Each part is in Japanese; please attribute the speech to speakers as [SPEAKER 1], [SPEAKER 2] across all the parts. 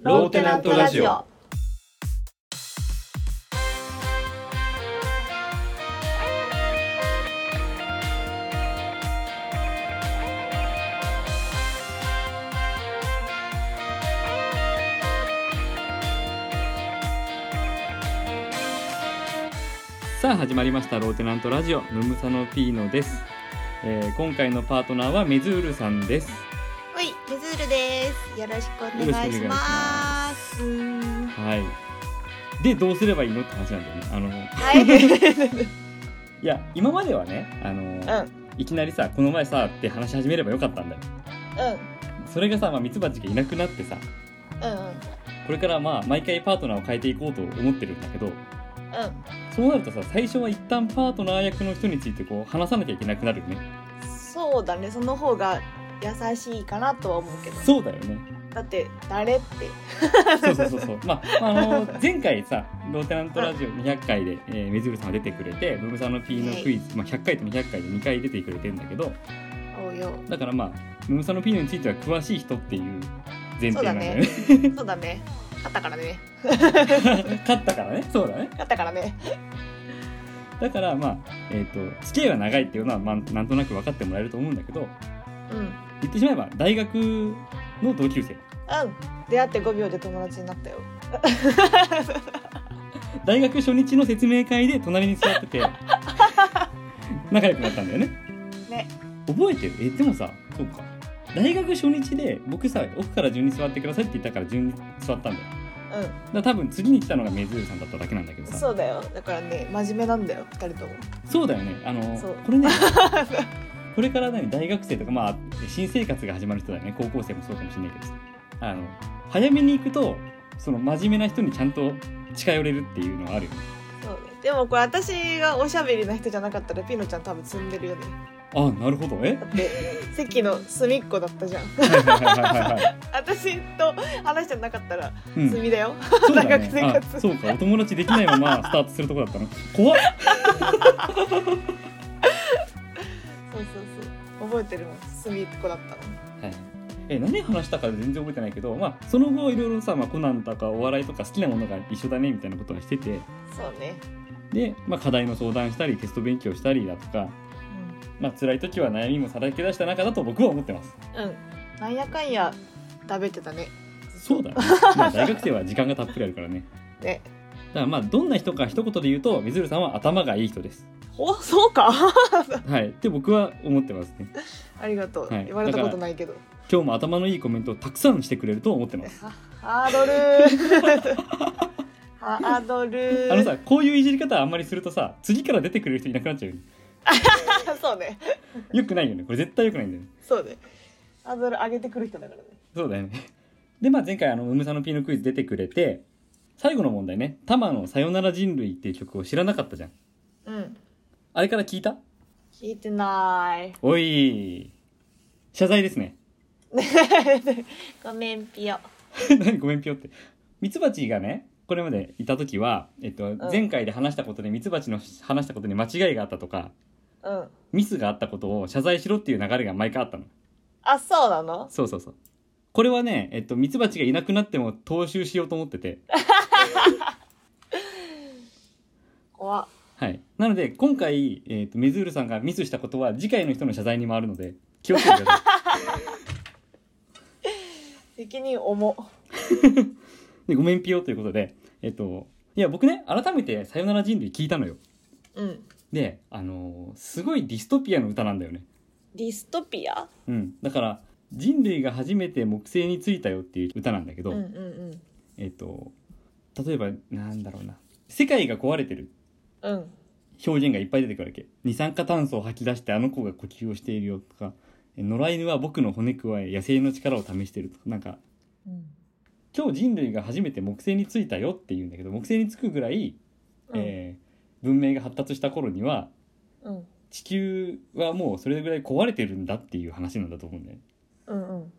[SPEAKER 1] ローテナントラジオ。
[SPEAKER 2] さあ始まりましたローテナントラジオムムサノピーノです、えー今回のパートナーはメズールさんです
[SPEAKER 3] はい、メズールです。よろしくお願いし
[SPEAKER 2] よろしくお願いしま
[SPEAKER 3] ます。は
[SPEAKER 2] はいでどうすればいいのって話なんだよねあのい
[SPEAKER 3] い。
[SPEAKER 2] や今まではねあの、いきなりさこの前さって話し始めればよかったんだよ
[SPEAKER 3] う
[SPEAKER 2] それがさまあミツバチがいなくなってさ
[SPEAKER 3] ん、うん、うん、
[SPEAKER 2] これからまあ毎回パートナーを変えていこうと思ってるんだけど
[SPEAKER 3] う
[SPEAKER 2] そうなるとさ最初は一旦パートナー役の人についてこう話さなきゃいけなくなるよね
[SPEAKER 3] ん。そうだね。その方が優しいかなとは思うけど。
[SPEAKER 2] そうだよね
[SPEAKER 3] だって誰って。
[SPEAKER 2] そうそうそうそう。まあ、あの前回さ、ローテナントラジオ200回で、えー、水口さんが出てくれて、ブブさんの P のクイズ、まあ100回と200回で2回出てくれてんだけど、
[SPEAKER 3] おうよ。
[SPEAKER 2] だからまあブブさんの P については詳しい人っていう前提なんだよね。
[SPEAKER 3] そうだね。勝ったからね。
[SPEAKER 2] 勝ったからね。そうだね。
[SPEAKER 3] 勝ったからね。
[SPEAKER 2] だからまあえっ、と付き合いは長いっていうのはまあなんとなく分かってもらえると思うんだけど、
[SPEAKER 3] うん、うん。
[SPEAKER 2] 言ってしまえば大学の同級生、
[SPEAKER 3] 出会って5秒で友達になったよ。
[SPEAKER 2] 大学初日の説明会で隣に座ってて 仲良くなったんだよね。
[SPEAKER 3] ね。
[SPEAKER 2] 覚えてるえでもさそうか大学初日で僕さ奥から順に座ってくださいって言ったから順に座ったんだよだから多分次に来たのがメズールさんだっただけなんだけど
[SPEAKER 3] うん。
[SPEAKER 2] さ
[SPEAKER 3] そうだよ。だからね、真面目なんだよ。二人とも。
[SPEAKER 2] そうだよねあの
[SPEAKER 3] そう
[SPEAKER 2] これねこれからね大学生とかまあ新生活が始まる人だよね高校生もそうかもしれないけどさあの早めに行くとその真面目な人にちゃんと近寄れるっていうのはあるよね
[SPEAKER 3] そうね。でもこれ私がおしゃべりな人じゃなかったらピノちゃん多分積んでるよね。
[SPEAKER 2] あなるほどえ
[SPEAKER 3] だって席の隅っこだったじゃん。
[SPEAKER 2] はいはいはいはいはい、
[SPEAKER 3] 私と話してなかったら
[SPEAKER 2] うん、
[SPEAKER 3] 罪だよ、
[SPEAKER 2] そうだね
[SPEAKER 3] 大学生活
[SPEAKER 2] あそうかお友達できないままスタートするとこだったの怖っ
[SPEAKER 3] そうそうそう覚えてるもん隅っこだったの
[SPEAKER 2] はい、え何話したか全然覚えてないけど、まあ、その後いろいろさ、まあ、コナンとかお笑いとか好きなものが一緒だねみたいなことはしてて
[SPEAKER 3] そうね、
[SPEAKER 2] で、まあ、課題の相談したりテスト勉強したりだとか、まあ辛い時は悩みもさらけ出した中だと僕は思ってます
[SPEAKER 3] うん、なんやかんや食べてたね
[SPEAKER 2] そうだね、 まあ、大学生は時間がたっぷりあるからね
[SPEAKER 3] ね
[SPEAKER 2] だからまあどんな人か一言で言うとみずるさんは頭がいい人です
[SPEAKER 3] おそうか
[SPEAKER 2] はいって僕は思ってますね
[SPEAKER 3] ありがとう、
[SPEAKER 2] はい
[SPEAKER 3] 言われたことないけど
[SPEAKER 2] 今日も頭のいいコメントをたくさんしてくれると思ってます
[SPEAKER 3] ハードル ハードル
[SPEAKER 2] あのさこういういじり方あんまりするとさ次から出てくれる人いなくなっちゃうよね
[SPEAKER 3] そうね
[SPEAKER 2] よくないよねこれ絶対よくないんだよね
[SPEAKER 3] そうねハードル上げてくる人だからね
[SPEAKER 2] そうだよね。で、まあ、前回、あの、ムさんのピーのクイズ出てくれて、最後の問題ね、タマのさよなら人類っていう曲を知らなかったじゃん。
[SPEAKER 3] うん
[SPEAKER 2] あれから聞いた
[SPEAKER 3] 聞いて ない
[SPEAKER 2] おい謝罪ですね。
[SPEAKER 3] ごめんぴよ
[SPEAKER 2] 何ごめんぴよって。ミツバチがね、これまでいた時は、えっと、前回で話したことでミツバチの話したことに間違いがあったとか、
[SPEAKER 3] うん
[SPEAKER 2] ミスがあったことを謝罪しろっていう流れが毎回あったの。
[SPEAKER 3] あそうなの
[SPEAKER 2] そうそうそう。これはね、えっと、ミツバチがいなくなっても踏襲しようと思ってて。
[SPEAKER 3] 怖っ
[SPEAKER 2] はい、なので今回、えー、とメズールさんがミスしたことは次回の人の謝罪に回るので気をつけてくださ
[SPEAKER 3] 責任重
[SPEAKER 2] いでごめんぴよということで、えっといや僕ね改めて「さよなら人類」聞いたのよ
[SPEAKER 3] うん
[SPEAKER 2] で、あのーすごいディストピアの歌なんだよね、
[SPEAKER 3] ディストピア
[SPEAKER 2] うん、だから人類が初めて木星に着いたよっていう歌なんだけど、
[SPEAKER 3] うんうんうん
[SPEAKER 2] えっと例えばなんだろうな世界が壊れてる
[SPEAKER 3] うん
[SPEAKER 2] 表現がいっぱい出てくるわけ二酸化炭素を吐き出してあの子が呼吸をしているよとかえ野良犬は僕の骨くわえ野生の力を試してるとかなんか
[SPEAKER 3] うん
[SPEAKER 2] 今日人類が初めて木星に着いたよっていうんだけど木星に着くぐらい、えー文明が発達した頃には
[SPEAKER 3] うん
[SPEAKER 2] 地球はもうそれぐらい壊れてるんだっていう話なんだと思うんだよね。
[SPEAKER 3] うんうん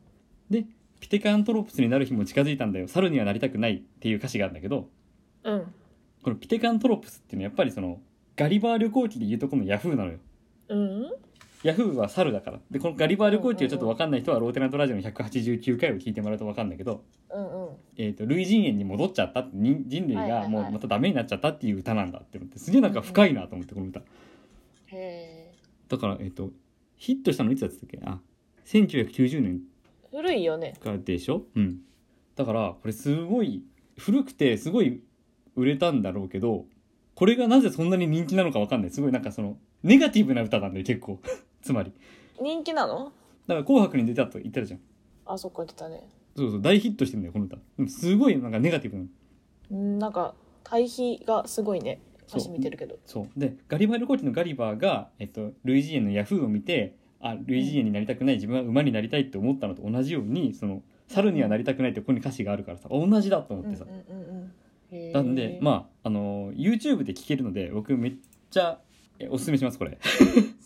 [SPEAKER 2] ピテカントロプスになる日も近づいたんだよ猿にはなりたくないっていう歌詞があるんだけど
[SPEAKER 3] うん
[SPEAKER 2] このピテカントロプスっていうのはやっぱりそのガリバー旅行記でいうとこのヤフーなのよ。
[SPEAKER 3] うん
[SPEAKER 2] ヤフーは猿だからでこのガリバー旅行中ちょっと分かんない人はローテナントラジオの189回を聞いてもらうと分かんないけど、
[SPEAKER 3] うんうん
[SPEAKER 2] えー、と類人猿に戻っちゃったって人人類
[SPEAKER 3] はいはいは
[SPEAKER 2] が
[SPEAKER 3] い
[SPEAKER 2] もうまたダメになっちゃったっていう歌なんだって思ってすげえなんか深いなと思ってこの歌
[SPEAKER 3] へえ
[SPEAKER 2] だからえっ、とヒットしたのいつだったっけあ1990年
[SPEAKER 3] 古いよね
[SPEAKER 2] からでしょうんだからこれすごい古くてすごい売れたんだろうけどこれがなぜそんなに人気なのかわかんないすごいなんかそのネガティブな歌なんだよ結構 つまり
[SPEAKER 3] 人気なの
[SPEAKER 2] だから「紅白」に出たと言ったじゃん
[SPEAKER 3] あそこ言ってたね
[SPEAKER 2] そうそう大ヒットしてるんだよこの歌でもすごいなんかネガティブなの
[SPEAKER 3] うんなんか対比がすごいね
[SPEAKER 2] そう
[SPEAKER 3] 私見てるけど
[SPEAKER 2] そうでガリバー旅行記のガリバーが、えっと、類似園のヤフーを見てあ類似園になりたくない自分は馬になりたいって思ったのと同じようにその猿にはなりたくないってここに歌詞があるからさあ同じだと
[SPEAKER 3] う
[SPEAKER 2] 思っ
[SPEAKER 3] んう
[SPEAKER 2] て
[SPEAKER 3] ん
[SPEAKER 2] さ、
[SPEAKER 3] うんうん
[SPEAKER 2] なんで
[SPEAKER 3] あ
[SPEAKER 2] まああの YouTube で聴けるので僕めっちゃえおすすめしますこれ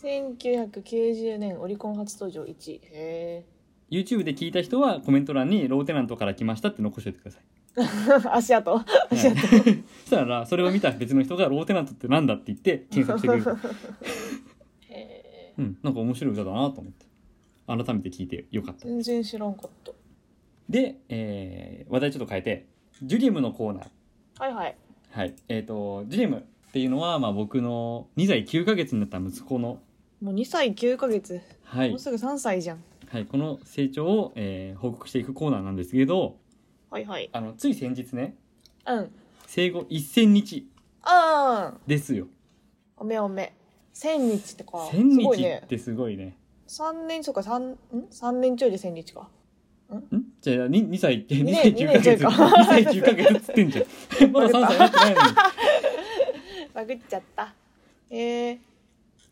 [SPEAKER 3] 1990年オリコン初登場1位へ
[SPEAKER 2] YouTube で聴いた人はコメント欄に「ローテナントから来ました」って残しておいて ください
[SPEAKER 3] え足跡
[SPEAKER 2] はいそしたらそれを見た別の人が「ローテナントってなんだ?」って言って検索してくれる、
[SPEAKER 3] へえ
[SPEAKER 2] うん、なんか面白い歌だなと思って改めて聴いてよかった
[SPEAKER 3] 全然知らんかっ
[SPEAKER 2] で、えー話題ちょっと変えてジュリムのコーナー
[SPEAKER 3] たはいはい
[SPEAKER 2] はいえっ、とジュリムっていうのは、まあ、僕の2歳9ヶ月になった息子の
[SPEAKER 3] もう2歳9ヶ月、
[SPEAKER 2] はい
[SPEAKER 3] もうすぐ3歳じゃん
[SPEAKER 2] はい、この成長を、えー報告していくコーナーなんですけど
[SPEAKER 3] はいはい
[SPEAKER 2] あのつい先日ね
[SPEAKER 3] うん
[SPEAKER 2] 生後1000日
[SPEAKER 3] あん
[SPEAKER 2] ですよ
[SPEAKER 3] おめおめ1000日ってかす
[SPEAKER 2] 1000
[SPEAKER 3] ごい
[SPEAKER 2] 日
[SPEAKER 3] ね
[SPEAKER 2] ってすごいね
[SPEAKER 3] 3年そうか3ん三年ちょいで1000日か
[SPEAKER 2] んじゃあ 2, 2歳2
[SPEAKER 3] 年
[SPEAKER 2] 歳9ヶ
[SPEAKER 3] 二年
[SPEAKER 2] 月
[SPEAKER 3] ちょいか
[SPEAKER 2] 2歳9ヶ月っつってんじ ゃんまだ3歳になってないのに
[SPEAKER 3] バグっちゃったえー、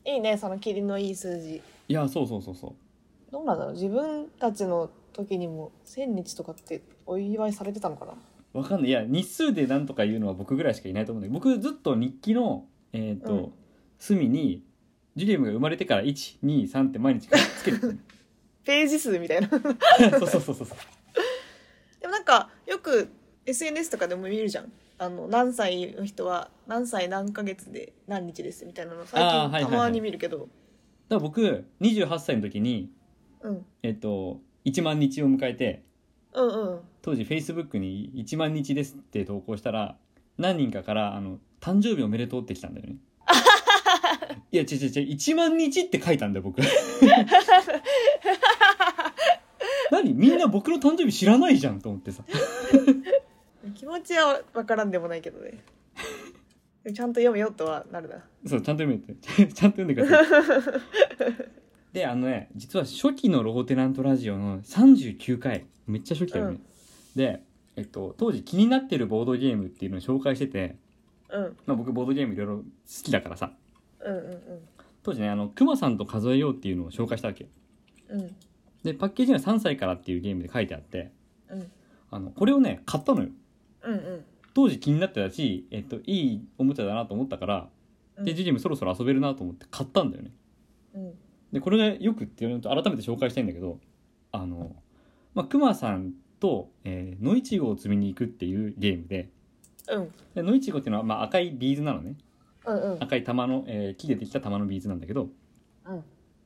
[SPEAKER 3] いいねその霧のいい数字
[SPEAKER 2] いやそうそうそうそう
[SPEAKER 3] どうなんだろう自分たちの時にも1000日とかってお祝いされてたのかな
[SPEAKER 2] わかんないいや日数で何とか言うのは僕ぐらいしかいないと思うんだけど僕ずっと日記の、えーと
[SPEAKER 3] うん
[SPEAKER 2] 隅にジュリウムが生まれてから123って毎日書きつけて る
[SPEAKER 3] ページ数みたいな で
[SPEAKER 2] そうそうそうそうそう
[SPEAKER 3] もなんかよく SNS とかでも見るじゃんあの何歳の人は何歳何ヶ月で何日ですみたいなの最
[SPEAKER 2] あーは
[SPEAKER 3] 近
[SPEAKER 2] いはいは
[SPEAKER 3] た
[SPEAKER 2] い
[SPEAKER 3] まに見るけど、
[SPEAKER 2] だから僕28歳の時に、
[SPEAKER 3] うん、
[SPEAKER 2] えー、と1万日を迎えて
[SPEAKER 3] うんうん
[SPEAKER 2] 当時フェイスブックに「1万日です」って投稿したら何人かからあの「誕生日おめでとう」ってきたんだよね。いや違う違う違う1万日って書いたんだよ僕何みんな僕の誕生日知らないじゃんと思ってさ
[SPEAKER 3] 気持ちはわからんでもないけどねでもちゃんと読めよとはなるな
[SPEAKER 2] そうちゃんと読めてちゃんと読んでくださいであのね実は初期のローテナントラジオの39回めっちゃ初期だよね、で、えっと、当時気になってるボードゲームっていうのを紹介してて、
[SPEAKER 3] うん
[SPEAKER 2] まあ、僕ボードゲームいろいろ好きだからさ
[SPEAKER 3] うんうん
[SPEAKER 2] 当時ねあの「クマさんと数えよう」っていうのを紹介したわけ
[SPEAKER 3] うんうん
[SPEAKER 2] でパッケージには3歳からっていうゲームで書いてあって
[SPEAKER 3] うん
[SPEAKER 2] あのこれをね買ったのよ
[SPEAKER 3] うんうん
[SPEAKER 2] 当時気になってたし、えっと、いいおもちゃだなと思ったから
[SPEAKER 3] うん
[SPEAKER 2] でジュジムそろそろ遊べるなと思って買ったんだよね
[SPEAKER 3] うん
[SPEAKER 2] でこれがよくっていうのと改めて紹介したいんだけどあの、まあ、クマさんと、えー、野いちごを摘みに行くっていうゲームで
[SPEAKER 3] うん
[SPEAKER 2] で野いちごっていうのは、まあ、赤いビーズなのね
[SPEAKER 3] うんうん
[SPEAKER 2] 赤い玉の、えー木でできた玉のビーズなんだけど
[SPEAKER 3] うん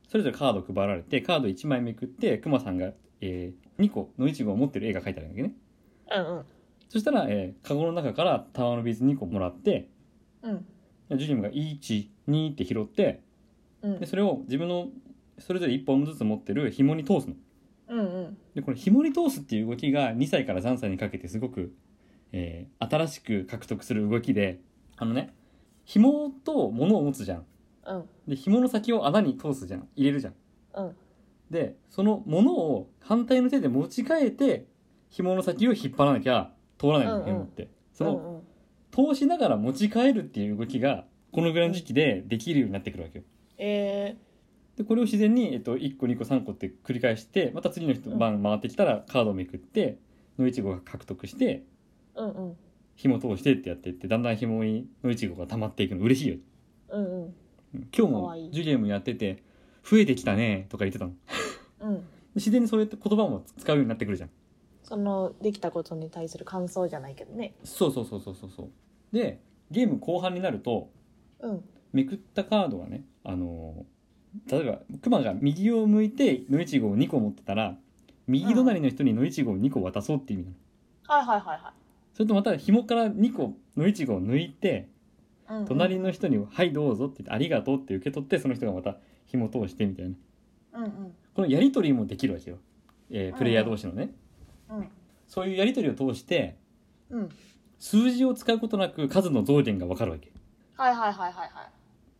[SPEAKER 2] それぞれカード配られてカード1枚めくってクマさんが、え2個野いちごを持ってる絵が描いてあるんだけどね
[SPEAKER 3] うん
[SPEAKER 2] そしたら、えー、カゴの中から玉のビーズ2個もらって
[SPEAKER 3] うん
[SPEAKER 2] ジュリムが12って拾って
[SPEAKER 3] うん
[SPEAKER 2] でそれを自分のそれぞれ1本ずつ持ってる紐に通すの。
[SPEAKER 3] うんうん
[SPEAKER 2] でこの紐に通すっていう動きが2歳から3歳にかけてすごく、えー新しく獲得する動きであのね紐と物を持つじゃん
[SPEAKER 3] うん
[SPEAKER 2] で紐の先を穴に通すじゃん入れるじゃん
[SPEAKER 3] うん
[SPEAKER 2] でその物を反対の手で持ち替えて紐の先を引っ張らなきゃ通らない
[SPEAKER 3] うん
[SPEAKER 2] の
[SPEAKER 3] うん
[SPEAKER 2] 紐って、そ
[SPEAKER 3] うん
[SPEAKER 2] の、通しながら持ち替えるっていう動きがこのぐらいの時期でできるようになってくるわけよ
[SPEAKER 3] え
[SPEAKER 2] でこれを自然に、えっと、1個2個3個って繰り返してまた次の人
[SPEAKER 3] うん
[SPEAKER 2] 番回ってきたらカードをめくって野いちごが獲得して
[SPEAKER 3] ー、うんうん
[SPEAKER 2] 紐通してってやってってだんだん紐に野いちごが溜まっていくの嬉しいよ
[SPEAKER 3] うんうん
[SPEAKER 2] うん今日
[SPEAKER 3] か
[SPEAKER 2] も
[SPEAKER 3] わいい
[SPEAKER 2] ジュリアムやってて「増えてきたね」とか言ってたので
[SPEAKER 3] うん
[SPEAKER 2] 自然にそうやって言葉も使うようになってくるじゃん
[SPEAKER 3] そのできたことに対する感想じゃないけどね
[SPEAKER 2] そうそうそうそうそうそうでゲーム後半になると
[SPEAKER 3] うん
[SPEAKER 2] めくったカードはねあのー例えばクマが右を向いて野いちごを2個持ってたら右隣の人に野いちごを2個渡そうっていう意味なの、
[SPEAKER 3] はいはいは
[SPEAKER 2] それとまた紐から2個野いちごを抜いて
[SPEAKER 3] いはい。うん
[SPEAKER 2] 隣の人に「はいどうぞ」って言って「ありがとう」って受け取ってその人がまた紐通してみたいな
[SPEAKER 3] うんうん
[SPEAKER 2] このやり取りもできるわけよ、えープレイヤー同士のね、
[SPEAKER 3] うん
[SPEAKER 2] そういうやり取りを通して
[SPEAKER 3] うん。
[SPEAKER 2] 数字を使うことなく数の増減が分かるわけ
[SPEAKER 3] はいはいはいはいはい。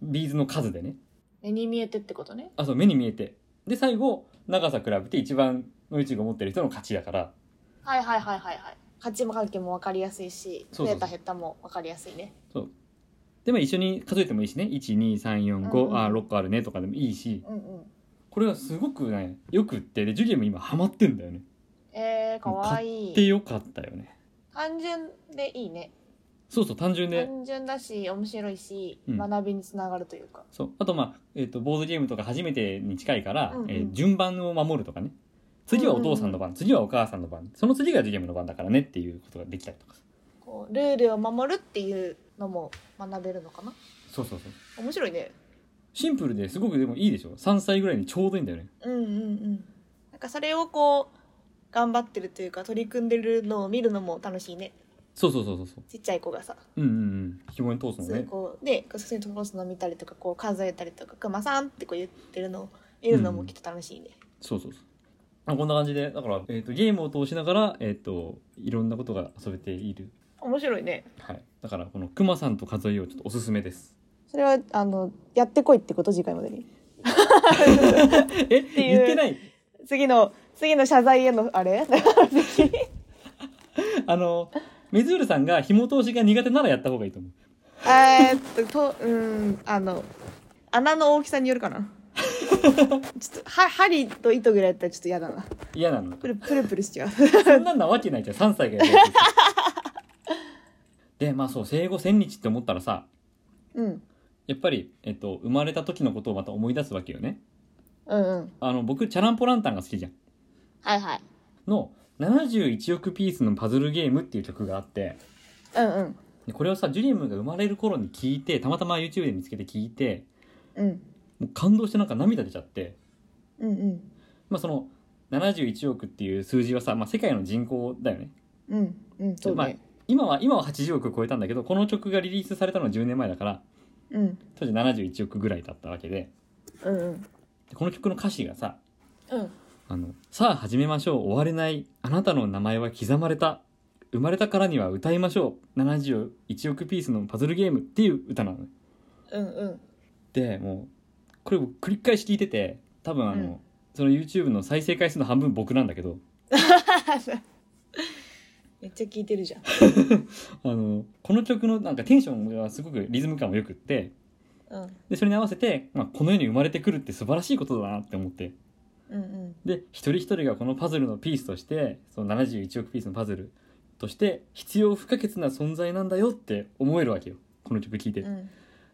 [SPEAKER 2] ビーズの数でね
[SPEAKER 3] 目に見えてってことね。
[SPEAKER 2] あそう目に見えてで最後長さ比べて一番の位置が持ってる人の勝ちだから
[SPEAKER 3] はいはいはいはいはい。勝ち負けも分かりやすいし、
[SPEAKER 2] そう
[SPEAKER 3] 増
[SPEAKER 2] そうそ
[SPEAKER 3] えた
[SPEAKER 2] う
[SPEAKER 3] 減ったも分かりやすいね。
[SPEAKER 2] でも一緒に数えてもいいしね12345、
[SPEAKER 3] うんうん
[SPEAKER 2] あ6個あるねとかでもいいし
[SPEAKER 3] うんうん。
[SPEAKER 2] これはすごくねよくってでジュリエも今ハマってんだよね
[SPEAKER 3] えー、かわい
[SPEAKER 2] で
[SPEAKER 3] い。
[SPEAKER 2] よかったよね
[SPEAKER 3] 単純でいいね。
[SPEAKER 2] そうそう単純で、
[SPEAKER 3] 単純だし、面白いし、
[SPEAKER 2] うん
[SPEAKER 3] 学びにつながるというか。
[SPEAKER 2] そうあとまあ、えー、とボードゲームとか初めてに近いから、
[SPEAKER 3] うんうん
[SPEAKER 2] えー順番を守るとかね次はお父さんの番、次はお母さんの番その次がジュリエムの番だからねっていうことができたりとか
[SPEAKER 3] こうルールを守るっていうのも学べるのかな。
[SPEAKER 2] そうそうそう
[SPEAKER 3] 面白いね。
[SPEAKER 2] シンプルですごくでもいいでしょ3歳ぐらいにちょうどいいんだよね
[SPEAKER 3] うんうんうん。なんかそれをこう、頑張ってるというか、取り組んでるのを見るのも楽しいね。
[SPEAKER 2] そうそうそうそうそう
[SPEAKER 3] ちっちゃい子がさ、
[SPEAKER 2] うんうんうん紐に通すの
[SPEAKER 3] そう
[SPEAKER 2] ね
[SPEAKER 3] こうで普通に飛ばすの見たりとかこう数えたりとか「くまさん」ってこう言ってるのを見るのもきっと楽しいね。
[SPEAKER 2] そうそうそうあこんな感じでだから、えー、とゲームを通しながら、えー、といろんなことが遊べている、
[SPEAKER 3] 面白いね。
[SPEAKER 2] はい、だからこの「くまさんと数えよう」ちょっとおすすめです
[SPEAKER 3] それはあのやってこいってこと次回までに。
[SPEAKER 2] え言ってない
[SPEAKER 3] 次の次の謝罪へのあれ
[SPEAKER 2] あのメズールさんが紐通しが苦手ならやった方がいいと思う
[SPEAKER 3] えーっととうんあの穴の大きさによるか な。ちょっとは針と糸ぐらいだったらちょっと嫌だな。
[SPEAKER 2] 嫌 なの
[SPEAKER 3] プルプルプルしちゃう。
[SPEAKER 2] そんなんなわけないじゃん3歳がやるやつでまあそう生後1000日って思ったらさ
[SPEAKER 3] うん
[SPEAKER 2] やっぱり、えっと、生まれた時のことをまた思い出すわけよね
[SPEAKER 3] うんうん
[SPEAKER 2] あの僕チャランポランタンが好きじゃん
[SPEAKER 3] はいはい。
[SPEAKER 2] の71億ピースのパズルゲームっていう曲があって
[SPEAKER 3] うんうん
[SPEAKER 2] でこれをさジュリムが生まれる頃に聞いてたまたま YouTube で見つけて聞いて
[SPEAKER 3] うん
[SPEAKER 2] もう感動してなんか涙出ちゃって、
[SPEAKER 3] うんうん
[SPEAKER 2] まあ、その71億っていう数字はさ、まあ、世界の人口だよね
[SPEAKER 3] うんうんそう
[SPEAKER 2] まあ
[SPEAKER 3] ね。
[SPEAKER 2] 今は今は80億超えたんだけどこの曲がリリースされたのは10年前だから
[SPEAKER 3] うん
[SPEAKER 2] 当時71億ぐらいだったわけで
[SPEAKER 3] うんうん
[SPEAKER 2] でこの曲の歌詞がさ
[SPEAKER 3] うん。
[SPEAKER 2] あの、さあ始めましょう。終われない。あなたの名前は刻まれた。生まれたからには歌いましょう。71億ピースのパズルゲームっていう歌なのね。
[SPEAKER 3] うんうん
[SPEAKER 2] で、もう、これを繰り返し聞いてて、多分あの、
[SPEAKER 3] うん
[SPEAKER 2] その YouTube の再生回数の半分僕なんだけど、
[SPEAKER 3] めっちゃ聞いてるじゃん。
[SPEAKER 2] あの、この曲のなんかテンションがすごくリズム感も良くって、
[SPEAKER 3] うん
[SPEAKER 2] で、それに合わせて、まあ、この世に生まれてくるって素晴らしいことだなって思って、
[SPEAKER 3] うんうん
[SPEAKER 2] で一人一人がこのパズルのピースとしてその71億ピースのパズルとして必要不可欠な存在なんだよって思えるわけよこの曲聴いて、
[SPEAKER 3] うん。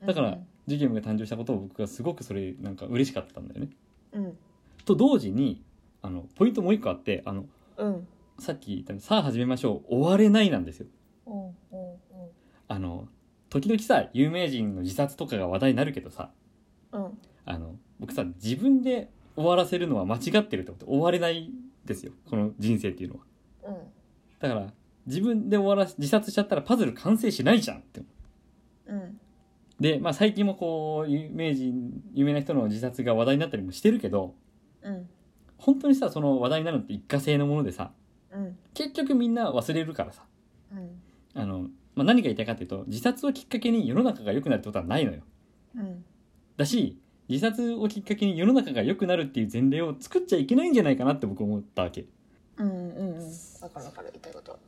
[SPEAKER 2] だからジュゲムが誕生したことを僕はすごくそれなんか嬉しかったんだよね
[SPEAKER 3] うん
[SPEAKER 2] と同時にあのポイントもう一個あってあの
[SPEAKER 3] うん
[SPEAKER 2] さっき言った「さあ始めましょう終われない」なんですよ
[SPEAKER 3] うんうん
[SPEAKER 2] あの時々さ有名人の自殺とかが話題になるけどさ
[SPEAKER 3] うんうん
[SPEAKER 2] あの僕さ自分で終わらせるのは間違ってるってこと終われないですよこの人生っていうのは
[SPEAKER 3] うん
[SPEAKER 2] だから自分で終わらし自殺しちゃったらパズル完成しないじゃんって思う
[SPEAKER 3] うん
[SPEAKER 2] で、まあ、最近もこう有名人有名な人の自殺が話題になったりもしてるけど
[SPEAKER 3] うん
[SPEAKER 2] 本当にさその話題になるのって一過性のものでさ
[SPEAKER 3] うん
[SPEAKER 2] 結局みんな忘れるからさ
[SPEAKER 3] うん
[SPEAKER 2] あの、まあ、何が言いたいかっていうと自殺をきっかけに世の中が良くなるってことはないのよ
[SPEAKER 3] うん
[SPEAKER 2] だし自殺をきっかけに世の中が良くなるっていう前例を作っちゃいけないんじゃないかなって僕思ったわけ
[SPEAKER 3] うんうんうん。わかるわかる言いたいこと。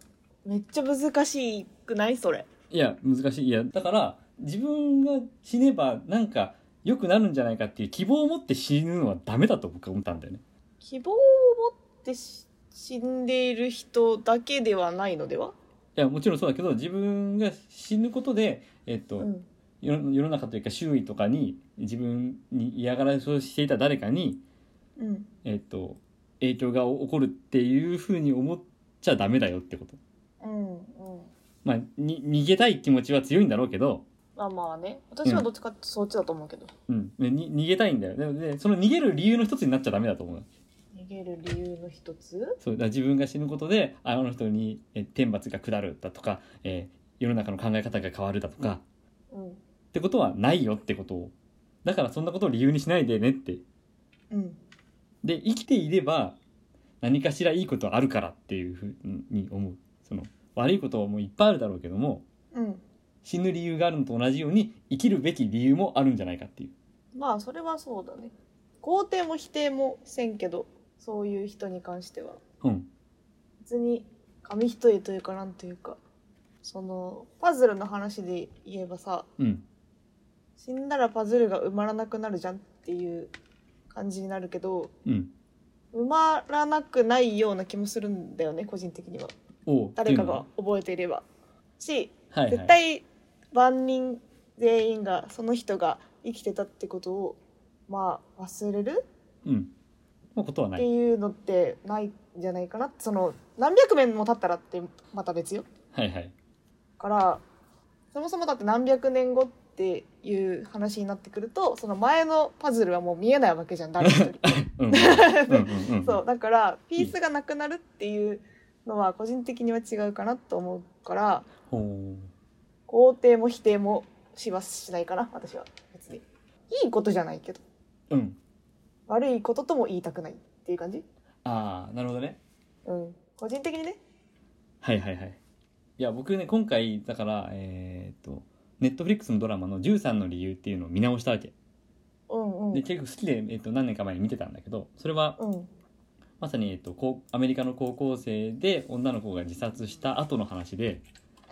[SPEAKER 3] めっちゃ難しくないそれ。
[SPEAKER 2] いや難しいいやだから自分が死ねばなんか良くなるんじゃないかっていう希望を持って死ぬのはダメだと僕は思ったんだよね
[SPEAKER 3] 希望を持ってし死んでいる人だけではないのではい
[SPEAKER 2] やもちろんそうだけど自分が死ぬことで、えっと
[SPEAKER 3] うん
[SPEAKER 2] 世の世の中というか周囲とかに自分に嫌がらせをしていた誰かに、
[SPEAKER 3] うん
[SPEAKER 2] えっと影響が起こるっていうふうに思っちゃダメだよってこと
[SPEAKER 3] うんうん
[SPEAKER 2] まあに逃げたい気持ちは強いんだろうけど
[SPEAKER 3] まあまあね私はどっちかってそっちだと思うけど、
[SPEAKER 2] うん、でに逃げたいんだよででその逃げる理由の一つになっちゃダメだと思う
[SPEAKER 3] 逃げる理由の一つ
[SPEAKER 2] そうだから自分が死ぬことであの人にえ天罰が下るだとか、えー世の中の考え方が変わるだとか、っ
[SPEAKER 3] うん
[SPEAKER 2] てことはないよってことをだからそんなことを理由にしないでねって
[SPEAKER 3] うん
[SPEAKER 2] で生きていれば何かしらいいことあるからっていうふうに思うその悪いこともいっぱいあるだろうけども
[SPEAKER 3] うん
[SPEAKER 2] 死ぬ理由があるのと同じように生きるべき理由もあるんじゃないかっていう
[SPEAKER 3] まあそれはそうだね肯定も否定もせんけどそういう人に関しては
[SPEAKER 2] うん
[SPEAKER 3] 別に紙一重というかなんというかそのパズルの話で言えばさ
[SPEAKER 2] うん
[SPEAKER 3] 死んだらパズルが埋まらなくなるじゃんっていう感じになるけど
[SPEAKER 2] うん
[SPEAKER 3] 埋まらなくないような気もするんだよね個人的には
[SPEAKER 2] おう
[SPEAKER 3] 誰か
[SPEAKER 2] っ
[SPEAKER 3] が覚えていればし、
[SPEAKER 2] ていうのははいはい
[SPEAKER 3] 絶対万人全員がその人が生きてたってことをまあ忘れる
[SPEAKER 2] うんまあことは
[SPEAKER 3] っ
[SPEAKER 2] な
[SPEAKER 3] て
[SPEAKER 2] い
[SPEAKER 3] いうのってないんじゃないかなその何百年も経ったらってまた別よ
[SPEAKER 2] はいはい
[SPEAKER 3] からそもそもだって何百年後っていう話になってくるとその前のパズルはもう見えないわけじゃん誰一人
[SPEAKER 2] うんうんうんうん
[SPEAKER 3] そうだからピースがなくなるっていうのは個人的には違うかなと思うから
[SPEAKER 2] ほう
[SPEAKER 3] 肯定も否定もしはしないかな私は別にいいことじゃないけど
[SPEAKER 2] うん
[SPEAKER 3] 悪いこととも言いたくないっていう感じ
[SPEAKER 2] ああなるほどね
[SPEAKER 3] うん個人的にね
[SPEAKER 2] はいはいはいいや僕ね今回だからえーっとネットフリックスのドラマの「13の理由」っていうのを見直したわけ
[SPEAKER 3] うんう
[SPEAKER 2] で
[SPEAKER 3] ん
[SPEAKER 2] 結構好きで、えっと、何年か前に見てたんだけどそれは
[SPEAKER 3] うん
[SPEAKER 2] まさに、えっと、こうアメリカの高校生で女の子が自殺した後の話で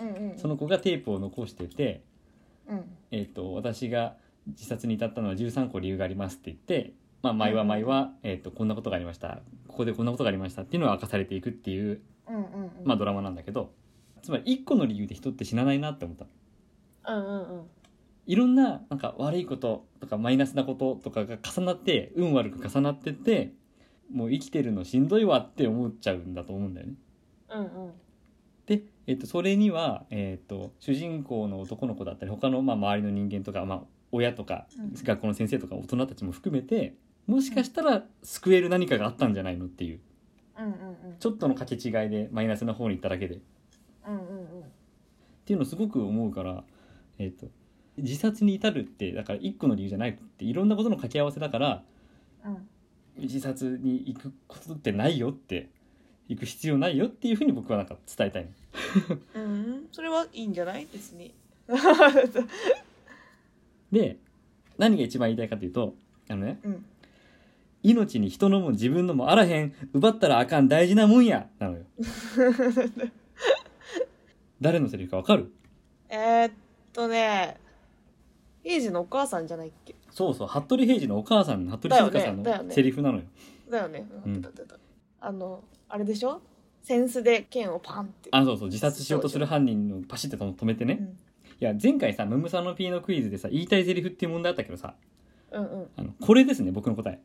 [SPEAKER 3] うんうん
[SPEAKER 2] その子がテープを残してて、
[SPEAKER 3] うん
[SPEAKER 2] えっと、私が自殺に至ったのは13個理由がありますって言って、まあ、毎は毎は、えっと、こんなことがありましたここでこんなことがありましたっていうのを明かされていくっていう、
[SPEAKER 3] うんうんうん
[SPEAKER 2] まあ、ドラマなんだけどつまり1個の理由で人って死なないなって思った
[SPEAKER 3] うんうんうん
[SPEAKER 2] いろんななんか悪いこととかマイナスなこととかが重なって運悪く重なってってもう生きてるのしんどいわって思っちゃうんだと思うんだよね。
[SPEAKER 3] うんうん
[SPEAKER 2] で、えっとそれには、えっと主人公の男の子だったり他のまあ周りの人間とか、まあ、親とか
[SPEAKER 3] うん
[SPEAKER 2] 学校の先生とか大人たちも含めてもしかしたら救える何かがあったんじゃないのっていう
[SPEAKER 3] うんうん
[SPEAKER 2] ちょっとの掛け違いでマイナスな方に行っただけでっ
[SPEAKER 3] うんうんうん
[SPEAKER 2] ていうのをすごく思うから、えっと自殺に至るってだから一個の理由じゃなくていろんなことの掛け合わせだから
[SPEAKER 3] うん
[SPEAKER 2] 自殺に行くことってないよって行く必要ないよっていうふうに僕はなんか伝えたいの
[SPEAKER 3] うんそれはいいんじゃない別に
[SPEAKER 2] で何が一番言いたいかというとあのね
[SPEAKER 3] うん
[SPEAKER 2] 命に人のも自分のもあらへん奪ったらあかん大事なもんやなのよ誰のセリフかわかる
[SPEAKER 3] えーっとねエイジのお母さんじゃないっけ
[SPEAKER 2] そうそう服部平次のお母さんの服部静香
[SPEAKER 3] だ
[SPEAKER 2] さん
[SPEAKER 3] よねだよ
[SPEAKER 2] の
[SPEAKER 3] ね
[SPEAKER 2] セリフなのよ
[SPEAKER 3] だよね、
[SPEAKER 2] うん
[SPEAKER 3] だだだだあのあれでしょセンスで剣をパンって
[SPEAKER 2] あそうそう自殺しようとする犯人のパシッて止めて
[SPEAKER 3] う
[SPEAKER 2] ね
[SPEAKER 3] ん
[SPEAKER 2] いや前回さムムサノピーのクイズでさ言いたいセリフっていう問題あったけどさ
[SPEAKER 3] うんうん
[SPEAKER 2] あのこれですね僕の答え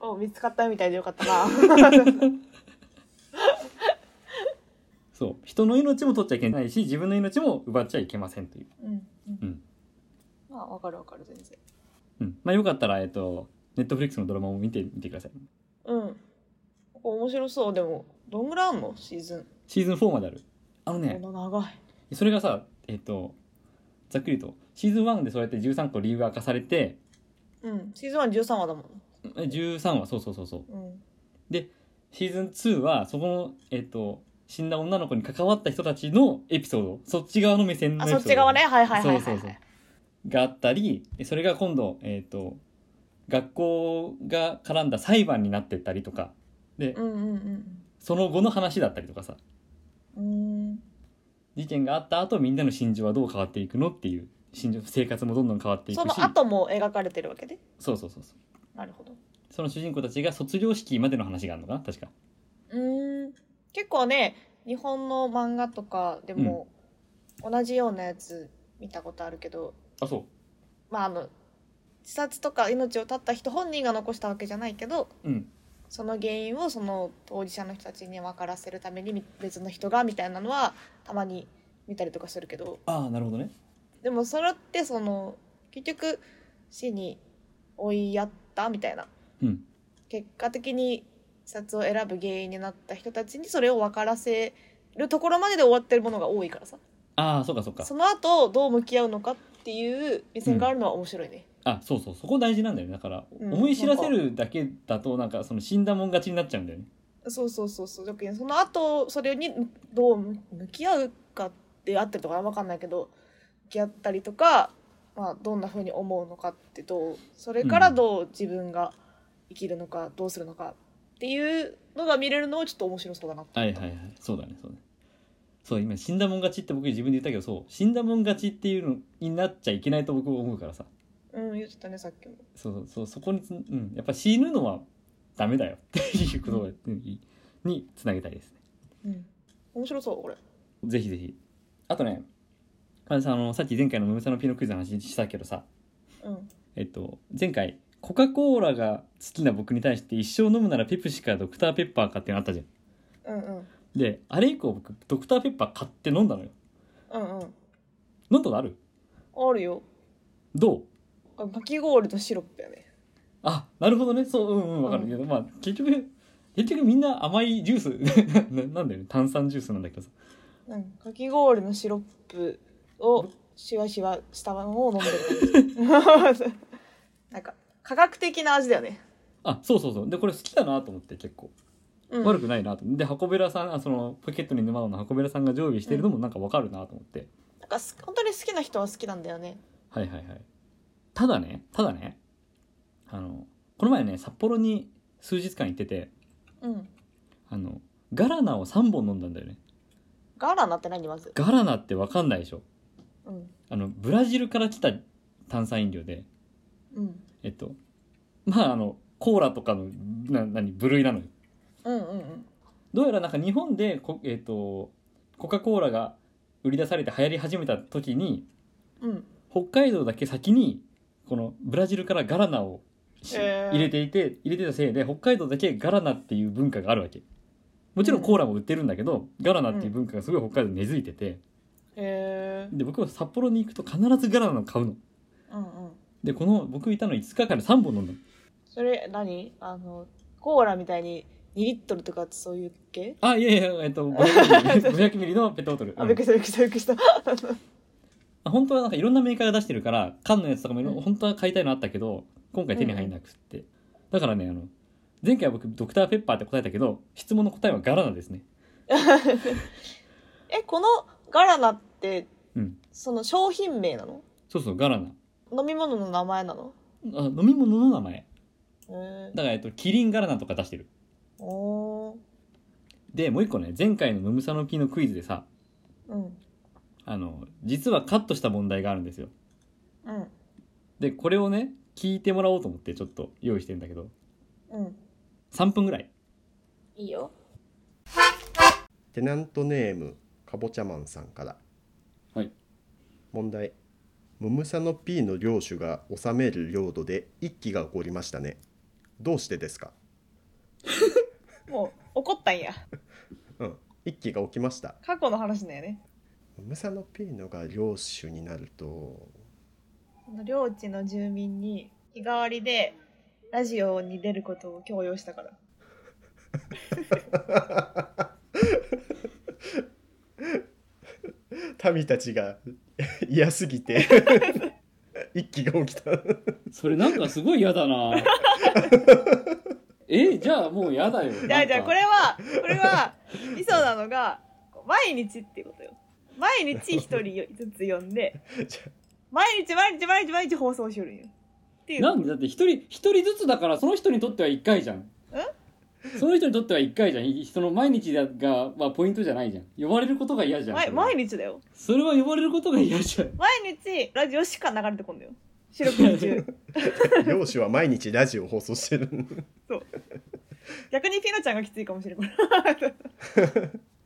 [SPEAKER 3] お見つかったみたいでよかった な
[SPEAKER 2] そう人の命も取っちゃいけないし自分の命も奪っちゃいけませんという、
[SPEAKER 3] うん
[SPEAKER 2] うん
[SPEAKER 3] まあわかるわかる全然
[SPEAKER 2] うん、まあよかったらえっとネットフリックスのドラマも見てみてください
[SPEAKER 3] うんここ面白そうでもどんぐらいあんのシーズン
[SPEAKER 2] シーズン4まであるあのね
[SPEAKER 3] この長い
[SPEAKER 2] それがさえっとざっくりとシーズン1でそうやって13個理由が明かされて
[SPEAKER 3] うんシーズンは13話だもん
[SPEAKER 2] え13はそうそうそうそう
[SPEAKER 3] うん
[SPEAKER 2] シーズン2はそこのえっと死んだ女の子に関わった人たちのエピソードそっち側の目線の
[SPEAKER 3] あ
[SPEAKER 2] エピソ
[SPEAKER 3] そ
[SPEAKER 2] ード
[SPEAKER 3] っち側ねはいはいはいはい、はい、
[SPEAKER 2] そうそうそうがあったりそれが今度、えっと学校が絡んだ裁判になってったりとかで、
[SPEAKER 3] うんうん
[SPEAKER 2] その後の話だったりとかさ
[SPEAKER 3] うんうん
[SPEAKER 2] 事件があった後みんなの心情はどう変わっていくのっていう心情生活もどんどん変わっていくし
[SPEAKER 3] その後も描かれてるわけで
[SPEAKER 2] そうそうそうそう
[SPEAKER 3] なるほど
[SPEAKER 2] その主人公たちが卒業式までの話があるのかな確か
[SPEAKER 3] うーん結構ね日本の漫画とかでも同じようなやつ見たことあるけど、
[SPEAKER 2] あそ
[SPEAKER 3] まああの自殺とか命を絶った人本人が残したわけじゃないけど
[SPEAKER 2] ううん
[SPEAKER 3] その原因をその当事者の人たちに分からせるためにみ別の人がみたいなのはたまに見たりとかするけど
[SPEAKER 2] ああなるほどね
[SPEAKER 3] でもそれってその結局死に追いやったみたいな
[SPEAKER 2] うん
[SPEAKER 3] 結果的に自殺を選ぶ原因になった人たちにそれを分からせるところまでで終わってるものが多いからさ
[SPEAKER 2] ああそうかそうか
[SPEAKER 3] その後どう向き合うのかっていう目線があるのは面白いね。
[SPEAKER 2] あそうそうそこ大事なんだよねだから、
[SPEAKER 3] うん
[SPEAKER 2] 思い知らせるだけだとなんかその死んだもん勝ちになっちゃうんだよね
[SPEAKER 3] そうそうそうそうだけどその後それにどう向き合うかってあってるとか分かんないけど向き合ったりとか、まあ、どんな風に思うのかってどうそれからどう自分が生きるのかどうするのかっていうのが見れるのはちょっと面白そうだなって
[SPEAKER 2] はいはいはいそうだねそうだねそう今死んだもん勝ちって僕自分で言ったけどそう死んだもん勝ちっていうのになっちゃいけないと僕は思うからさ
[SPEAKER 3] うん言ってたねさっきも。
[SPEAKER 2] そうそうそうそこにつうんやっぱ死ぬのはダメだよっていうことをににつなげたいですね
[SPEAKER 3] うん、面白そうこれ。
[SPEAKER 2] ぜひぜひあとねかさんあのさっき前回の「むむさんのピノクイズ」の話したけどさ
[SPEAKER 3] うん
[SPEAKER 2] えっと前回コカ・コーラが好きな僕に対して一生飲むならペプシかドクターペッパーかっていうのあったじゃん
[SPEAKER 3] うんうん
[SPEAKER 2] であれ以降僕ドクターペッパー買って飲んだのよ
[SPEAKER 3] うんうん
[SPEAKER 2] 飲んだことある
[SPEAKER 3] あるよ
[SPEAKER 2] どう
[SPEAKER 3] あかき氷とシロップやね
[SPEAKER 2] あなるほどねそううんうんわかる
[SPEAKER 3] うん
[SPEAKER 2] けど、まあ結局結局みんな甘いジュース ななんだよね炭酸ジュースなんだけどさ
[SPEAKER 3] うんかき氷のシロップをシワシワしたものを飲んでる感 じなんか科学的な味だよね、
[SPEAKER 2] あそうそうそうでこれ好きだなと思って結構
[SPEAKER 3] うん、
[SPEAKER 2] 悪くないなと思ってで箱べらさんあそのポケットに沼の箱べらさんが常備してるのもなんかわかるなと思って、
[SPEAKER 3] なんかす本当に好きな人は好きなんだよね
[SPEAKER 2] はいはいはいただねただねあのこの前ね札幌に数日間行ってて
[SPEAKER 3] うん
[SPEAKER 2] あのガラナを3本飲んだんだよね
[SPEAKER 3] ガラナって何まず
[SPEAKER 2] ガラナってわかんないでしょ
[SPEAKER 3] うん
[SPEAKER 2] あのブラジルから来た炭酸飲料で
[SPEAKER 3] うん
[SPEAKER 2] えっとまああのコーラとかのな何部類なのよ
[SPEAKER 3] うんうんうん
[SPEAKER 2] どうやらなんか日本でこ、えっとコカ・コーラが売り出されて流行り始めた時に
[SPEAKER 3] うん
[SPEAKER 2] 北海道だけ先にこのブラジルからガラナをし、
[SPEAKER 3] へー
[SPEAKER 2] 入れていて入れてたせいで北海道だけガラナっていう文化があるわけもちろんコーラも売ってるんだけど、ガラナっていう文化がすごい北海道に根付いてて
[SPEAKER 3] へえ
[SPEAKER 2] で僕は札幌に行くと必ずガラナを買うの
[SPEAKER 3] うんうん
[SPEAKER 2] でこの僕いたの5日間で3本飲んだの
[SPEAKER 3] それ何あのコーラみたいに2リットルとかそういう系
[SPEAKER 2] あいやいやえっと500ミリ のペットボトル、
[SPEAKER 3] あ
[SPEAKER 2] うん
[SPEAKER 3] びっくりしたびっくりしたびっくりした
[SPEAKER 2] まあ本当はなんかいろんなメーカーが出してるから缶のやつとかもいろ
[SPEAKER 3] うん
[SPEAKER 2] 本当は買いたいのあったけど今回手に入んなくって、だからねあの前回は僕ドクターペッパーって答えたけど質問の答えはガラナですね
[SPEAKER 3] えこのガラナって
[SPEAKER 2] うん
[SPEAKER 3] その商品名なの
[SPEAKER 2] そうそうガラナ
[SPEAKER 3] 飲み物の名前なの
[SPEAKER 2] あ飲み物の名前
[SPEAKER 3] へえ
[SPEAKER 2] だから、えっと、キリンガラナとか出してる
[SPEAKER 3] おー
[SPEAKER 2] でもう一個ね前回のムムサノピのクイズでさ
[SPEAKER 3] うん
[SPEAKER 2] あの実はカットした問題があるんですよ
[SPEAKER 3] うん
[SPEAKER 2] でこれをね聞いてもらおうと思ってちょっと用意してるんだけど
[SPEAKER 3] うん
[SPEAKER 2] 3分ぐらい
[SPEAKER 3] いいよ
[SPEAKER 1] テナントネームかぼちゃマンさんから、
[SPEAKER 2] はい
[SPEAKER 1] 問題ムムサノ P の領主が治める領土で一揆が起こりましたねどうしてですか
[SPEAKER 3] もう怒ったんや
[SPEAKER 1] うん一揆が起きました
[SPEAKER 3] 過去の話だよね
[SPEAKER 1] ムムサノ P のが領主になると
[SPEAKER 3] この領地の住民に日替わりでラジオに出ることを強要したから
[SPEAKER 1] 民たちが 嫌すぎて 一揆が起きた
[SPEAKER 2] それなんかすごい嫌だ なえじゃあもう嫌だよ
[SPEAKER 3] じゃあじゃあこれはこれはみそなのが毎日っていうことよ毎日一人ずつ呼んで
[SPEAKER 1] じゃあ
[SPEAKER 3] 毎日毎日毎日毎日放送しよるんよっていう
[SPEAKER 2] なんでだって一人一人ずつだからその人にとっては1回じゃんその人にとっては1回じゃんいその毎日だが、まあ、ポイントじゃないじゃん呼ばれることが嫌じゃんそ
[SPEAKER 3] 毎
[SPEAKER 2] れは
[SPEAKER 3] 毎日だよ
[SPEAKER 2] それは呼ばれることが嫌じゃん
[SPEAKER 3] 毎日ラジオしか流れてこんだよ四六時中
[SPEAKER 1] 領主は毎日ラジオを放送してる
[SPEAKER 3] 逆にピノちゃんがきついかもしれない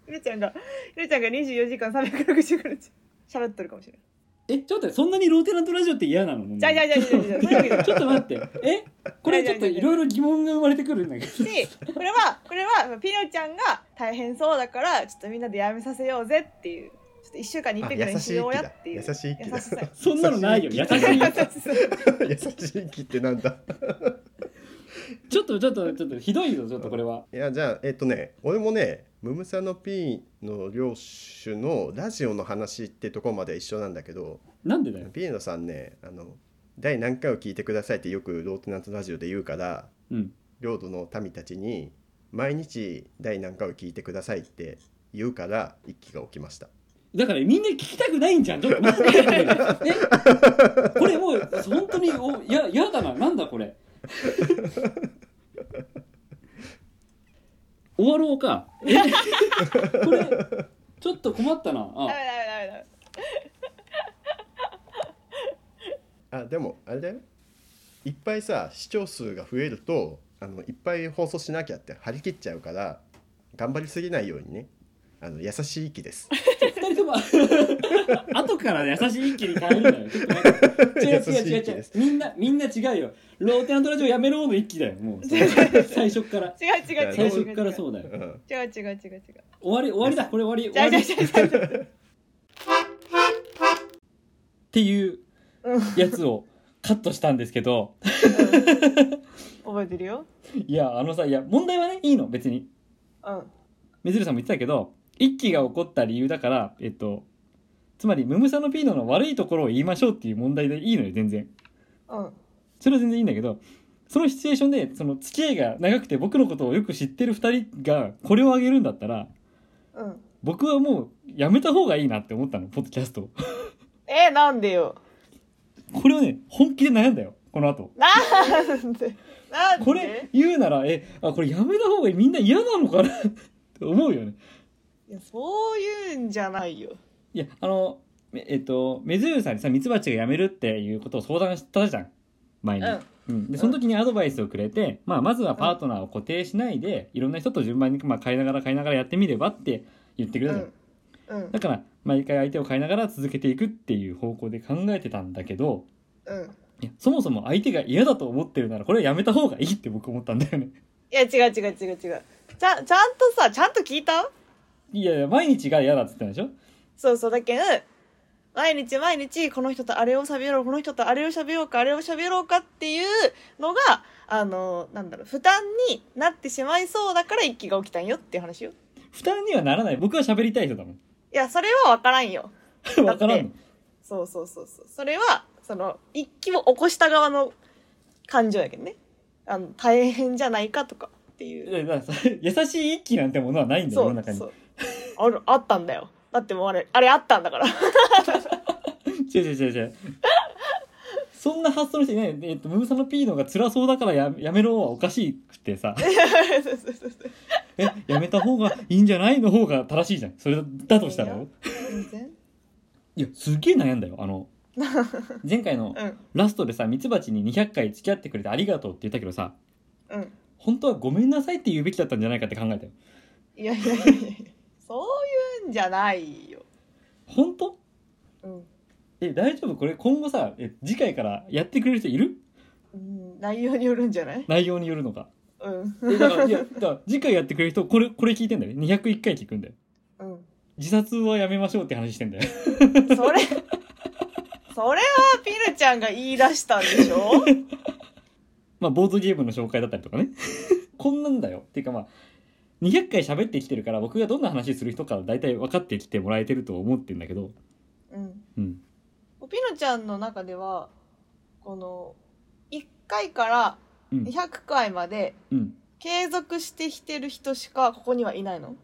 [SPEAKER 3] ピノちゃんがピノちゃんが24時間365日喋っとるかもしれない
[SPEAKER 2] えちょっと待ってそんなにローテナントラジオって嫌なの
[SPEAKER 3] じゃあじゃあじゃあじゃあじゃあそういうわけじゃない
[SPEAKER 2] ちょっと待ってえこれちょっといろいろ疑問が生まれてくるんだけど
[SPEAKER 3] しこれはこれはピノちゃんが大変そうだからちょっとみんなでやめさせようぜっていうちょっと1週間に1
[SPEAKER 1] あ
[SPEAKER 3] 回ぐらい
[SPEAKER 1] 優
[SPEAKER 3] に
[SPEAKER 1] し
[SPEAKER 3] し
[SPEAKER 1] い
[SPEAKER 3] よう
[SPEAKER 1] 気
[SPEAKER 3] や
[SPEAKER 1] だ
[SPEAKER 3] ってい
[SPEAKER 1] 優
[SPEAKER 3] う
[SPEAKER 1] しい気だ
[SPEAKER 3] 優しさ
[SPEAKER 2] そんなのないよ優し
[SPEAKER 1] 優
[SPEAKER 2] い
[SPEAKER 1] 優しい気ってなんだ
[SPEAKER 2] ちょっとちょっとちょっとひどいぞちょっとこれはい
[SPEAKER 1] やじゃあえっとね俺もねムムサノピーの領主のラジオの話ってとこまで一緒なんだけど
[SPEAKER 2] なんでだよ
[SPEAKER 1] ピーノさんねあの第何回を聞いてくださいってよくローテナントラジオで言うから
[SPEAKER 2] うん
[SPEAKER 1] 領土の民たちに毎日第何回を聞いてくださいって言うから一揆が起きました
[SPEAKER 2] だからみんな聞きたくないんじゃんちょっとみんな聞きた くないえこれもう本当におややだななんだこれ終わろうかえ これちょっと困ったな
[SPEAKER 3] ダメダメダメダメ
[SPEAKER 2] あ
[SPEAKER 1] あでもあれだよいっぱいさ視聴数が増えるとあのいっぱい放送しなきゃって張り切っちゃうから頑張りすぎないようにねあの優しい気です
[SPEAKER 2] 二人とも 後から優しい一気に変えるのよちょっと待って 違う違う違う
[SPEAKER 1] 優しい気
[SPEAKER 2] 違
[SPEAKER 1] で
[SPEAKER 2] う
[SPEAKER 1] す
[SPEAKER 2] みんなみんな違うよローテナントラジオやめろの一気だよもう最初っから
[SPEAKER 3] 違う違う違う
[SPEAKER 2] 最
[SPEAKER 3] 違
[SPEAKER 2] 初
[SPEAKER 3] う違
[SPEAKER 2] っ
[SPEAKER 3] う
[SPEAKER 2] からそうだよ
[SPEAKER 1] うん
[SPEAKER 3] 違う違う違う違う
[SPEAKER 2] 終わり終わりだこれ終わり
[SPEAKER 3] じゃあ
[SPEAKER 2] 終
[SPEAKER 3] じ
[SPEAKER 2] わ
[SPEAKER 3] ゃあ
[SPEAKER 2] り
[SPEAKER 3] じゃあじゃあじゃあ
[SPEAKER 2] っていう
[SPEAKER 3] うん
[SPEAKER 2] やつをカットしたんですけど
[SPEAKER 3] 覚えてるよ
[SPEAKER 2] いやあのさいや問題はねいいの別に
[SPEAKER 3] うん
[SPEAKER 2] みずるさんも言ってたけど一揆が起こった理由だからえっとつまりムムサノピーノの悪いところを言いましょうっていう問題でいいのよ全然
[SPEAKER 3] うん
[SPEAKER 2] それは全然いいんだけどそのシチュエーションでその付き合いが長くて僕のことをよく知ってる二人がこれをあげるんだったら
[SPEAKER 3] うん
[SPEAKER 2] 僕はもうやめた方がいいなって思ったのポッドキャストを
[SPEAKER 3] えー、なんでよ
[SPEAKER 2] これをね本気で悩んだよこの後
[SPEAKER 3] なんでなんで
[SPEAKER 2] これ言うならえあこれやめた方がいいみんな嫌なのかな って思うよね
[SPEAKER 3] いやそういうんじゃないよ
[SPEAKER 2] いやあのええっとメズユさんにさミツバチが辞めるっていうことを相談したじゃん前
[SPEAKER 3] う
[SPEAKER 2] に、
[SPEAKER 3] ん
[SPEAKER 2] うん、でその時にアドバイスをくれて、まあ、まずはパートナーを固定しないで、いろんな人と順番に、まあ、変えながら変えながらやってみればって言ってくれ
[SPEAKER 3] う
[SPEAKER 2] たじゃん、
[SPEAKER 3] んうん
[SPEAKER 2] だから毎回相手を変えながら続けていくっていう方向で考えてたんだけど
[SPEAKER 3] うん
[SPEAKER 2] いやそもそも相手が嫌だと思ってるならこれはやめた方がいいって僕思ったんだよね
[SPEAKER 3] いや違う違う違う違うちゃんちゃんとさちゃんと聞いた
[SPEAKER 2] いやいや毎日が嫌だって言ったんでしょ
[SPEAKER 3] そうそうだけん毎日毎日この人とあれを喋ろうこの人とあれを喋ろうかあれを喋ろうかっていうのがあのなんだろう負担になってしまいそうだから一気が起きたんよっていう話よ
[SPEAKER 2] 負担にはならない僕は喋りたい人だもん
[SPEAKER 3] いやそれは分からんよ
[SPEAKER 2] わからんの
[SPEAKER 3] そうそうそうそうそれはその一気を起こした側の感情やけんねあの大変じゃないかとかっていう
[SPEAKER 2] いや だからさ優しい一気なんてものはないんだよ
[SPEAKER 3] そ
[SPEAKER 2] 世の
[SPEAKER 3] う
[SPEAKER 2] 中に
[SPEAKER 3] そうあるあったんだよだってもうあれあれあったんだから
[SPEAKER 2] 違う違う違う違うそんな発想の人いないえっとムーサのピーノが辛そうだからややめろはおかしくてさ
[SPEAKER 3] そうそうそうそう
[SPEAKER 2] えやめた方がいいんじゃないの方が正しいじゃんそれだだとしたらよ
[SPEAKER 3] 全然
[SPEAKER 2] いやすげえ悩んだよあの前回の
[SPEAKER 3] うん
[SPEAKER 2] ラストでさミツバチに200回付き合ってくれてありがとうって言ったけどさ
[SPEAKER 3] うん
[SPEAKER 2] 本当はごめんなさいって言うべきだったんじゃないかって考えたよ
[SPEAKER 3] いやいやいやいやそういうんじゃないよ
[SPEAKER 2] 本当
[SPEAKER 3] うん、
[SPEAKER 2] え大丈夫これ今後さえ次回からやってくれる人いる
[SPEAKER 3] うん、内容によるんじゃない
[SPEAKER 2] 内容によるのか
[SPEAKER 3] うん
[SPEAKER 2] えだからいやだから次回やってくれる人これこれ聞いてんだよね201回聞くんだよ
[SPEAKER 3] うん
[SPEAKER 2] 自殺はやめましょうって話してんだよ
[SPEAKER 3] それそれはピルちゃんが言い出したんでしょ
[SPEAKER 2] まあボードゲームの紹介だったりとかね こんなんだよっていうかまあ200回喋ってきてるから僕がどんな話する人か大体分かってきてもらえてると思ってんだけど
[SPEAKER 3] うん
[SPEAKER 2] うん
[SPEAKER 3] ピノちゃんの中ではこの1回から
[SPEAKER 2] うん
[SPEAKER 3] 200回まで
[SPEAKER 2] うん
[SPEAKER 3] 継続してきてる人しかここにはいないの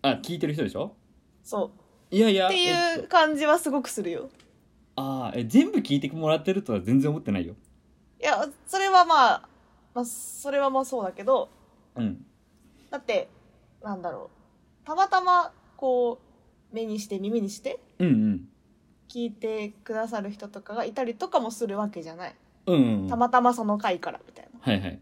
[SPEAKER 2] あ聞いてる人でしょ
[SPEAKER 3] そ
[SPEAKER 2] いやいうや
[SPEAKER 3] って
[SPEAKER 2] え
[SPEAKER 3] い
[SPEAKER 2] っ
[SPEAKER 3] う
[SPEAKER 2] と
[SPEAKER 3] 感じはすごくするよ
[SPEAKER 2] あーえ全部聞いてもらってるとは全然思ってないよ
[SPEAKER 3] いやそれはまあ、まあ、それはまあそうだけど
[SPEAKER 2] うん
[SPEAKER 3] だってなんだろうたまたまこう目にして耳にして
[SPEAKER 2] うんうん
[SPEAKER 3] 聞いてくださる人とかがいたりとかもするわけじゃない
[SPEAKER 2] うんうんうん
[SPEAKER 3] たまたまその回からみたいな
[SPEAKER 2] はいはい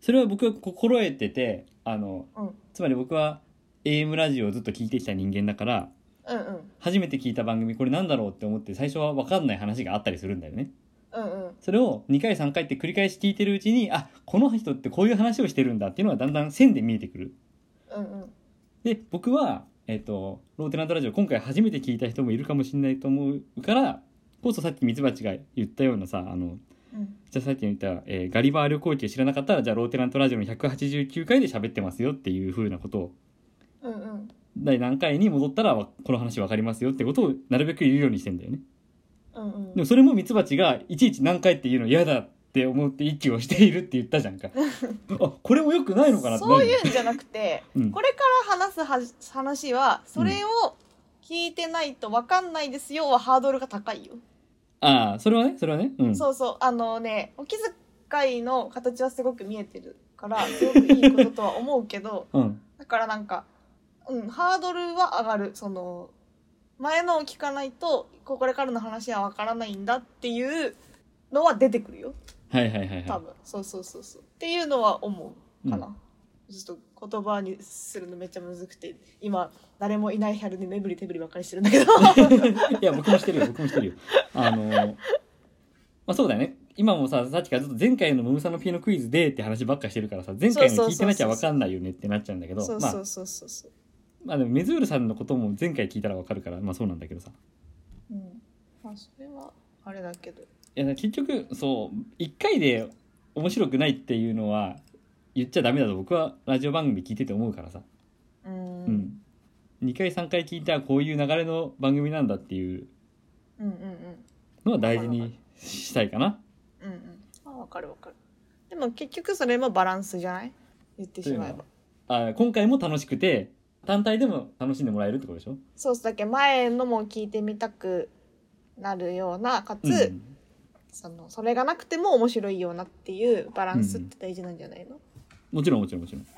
[SPEAKER 2] それは僕は心得ててあの、
[SPEAKER 3] うん
[SPEAKER 2] つまり僕は AM ラジオをずっと聞いてきた人間だから
[SPEAKER 3] うんうん
[SPEAKER 2] 初めて聞いた番組これなんだろうって思って最初は分かんない話があったりするんだよね
[SPEAKER 3] うんうん
[SPEAKER 2] それを2回3回って繰り返し聞いてるうちにあこの人ってこういう話をしてるんだっていうのがだんだん線で見えてくる
[SPEAKER 3] うんうん
[SPEAKER 2] で僕はえっ、と、ローテナントラジオ、今回初めて聞いた人もいるかもしれないと思うから、こそさっきミツバチが言ったようなさ、あの、
[SPEAKER 3] うん
[SPEAKER 2] じゃあさっき言った、えーガリバー旅行記知らなかったら、じゃあローテナントラジオの189回で喋ってますよっていう風なことを、
[SPEAKER 3] うんうん
[SPEAKER 2] 第何回に戻ったらわこの話わかりますよってことをなるべく言うようにしてんだよね。
[SPEAKER 3] うんうん
[SPEAKER 2] でもそれもミツバチがいちいち何回って言うの嫌だって思って息をしているって言ったじゃ んか。あ、これも良くないのかなってな
[SPEAKER 3] そう
[SPEAKER 2] る
[SPEAKER 3] い
[SPEAKER 2] よ
[SPEAKER 3] うんじゃなくて、
[SPEAKER 2] うん
[SPEAKER 3] これから話すはじ話はそれを聞いてないと分かんないですよはハードルが高いよ、
[SPEAKER 2] ああ、それはね、それはね。うん。
[SPEAKER 3] そうそうあのねお気遣いの形はすごく見えてるからすごくいいこととは思うけど
[SPEAKER 2] うん。
[SPEAKER 3] だからなんか、うん、ハードルは上がるその前のを聞かないとこれからの話は分からないんだっていうのは出てくるよ
[SPEAKER 2] はいはいはい
[SPEAKER 3] 多
[SPEAKER 2] は
[SPEAKER 3] 分、そうそうそうそうっていうのは思うかな、
[SPEAKER 2] う
[SPEAKER 3] ちょっと言葉にするのめっちゃむずくて今誰もいない春に目振り手振りばっかりしてるんだ けど
[SPEAKER 2] い。いや、僕もしてるよ、僕もしてるよ。あのーまあそうだよね。今もさ、さっきからずっと前回のムムサノピーのクイズでって話ばっかしてるからさ、前回の聞いてなきゃわかんないよねってなっちゃうんだけど、
[SPEAKER 3] そう
[SPEAKER 2] まあ
[SPEAKER 3] そうそうそうそう、
[SPEAKER 2] まあでもメズールさんのことも前回聞いたらわかるからまあそうなんだけどさ
[SPEAKER 3] うんまあそれはあれだけど
[SPEAKER 2] いや結局そう1回で面白くないっていうのは言っちゃダメだと僕はラジオ番組聞いてて思うからさ、
[SPEAKER 3] うーん
[SPEAKER 2] う2回3回聞いたらこういう流れの番組なんだっていう
[SPEAKER 3] うんうんうん
[SPEAKER 2] のは大事にしたいかな
[SPEAKER 3] うんうんあわかるわかるでも結局それもバランスじゃない言ってしまえば
[SPEAKER 2] あ今回も楽しくて単体でも楽しんでもらえるってことでしょ
[SPEAKER 3] そうそうだけど前のも聞いてみたくなるようなかつ、
[SPEAKER 2] うん
[SPEAKER 3] そのそれがなくても面白いようなっていうバランスって大事なんじゃないの、
[SPEAKER 2] もちろんもちろんもちろん
[SPEAKER 3] と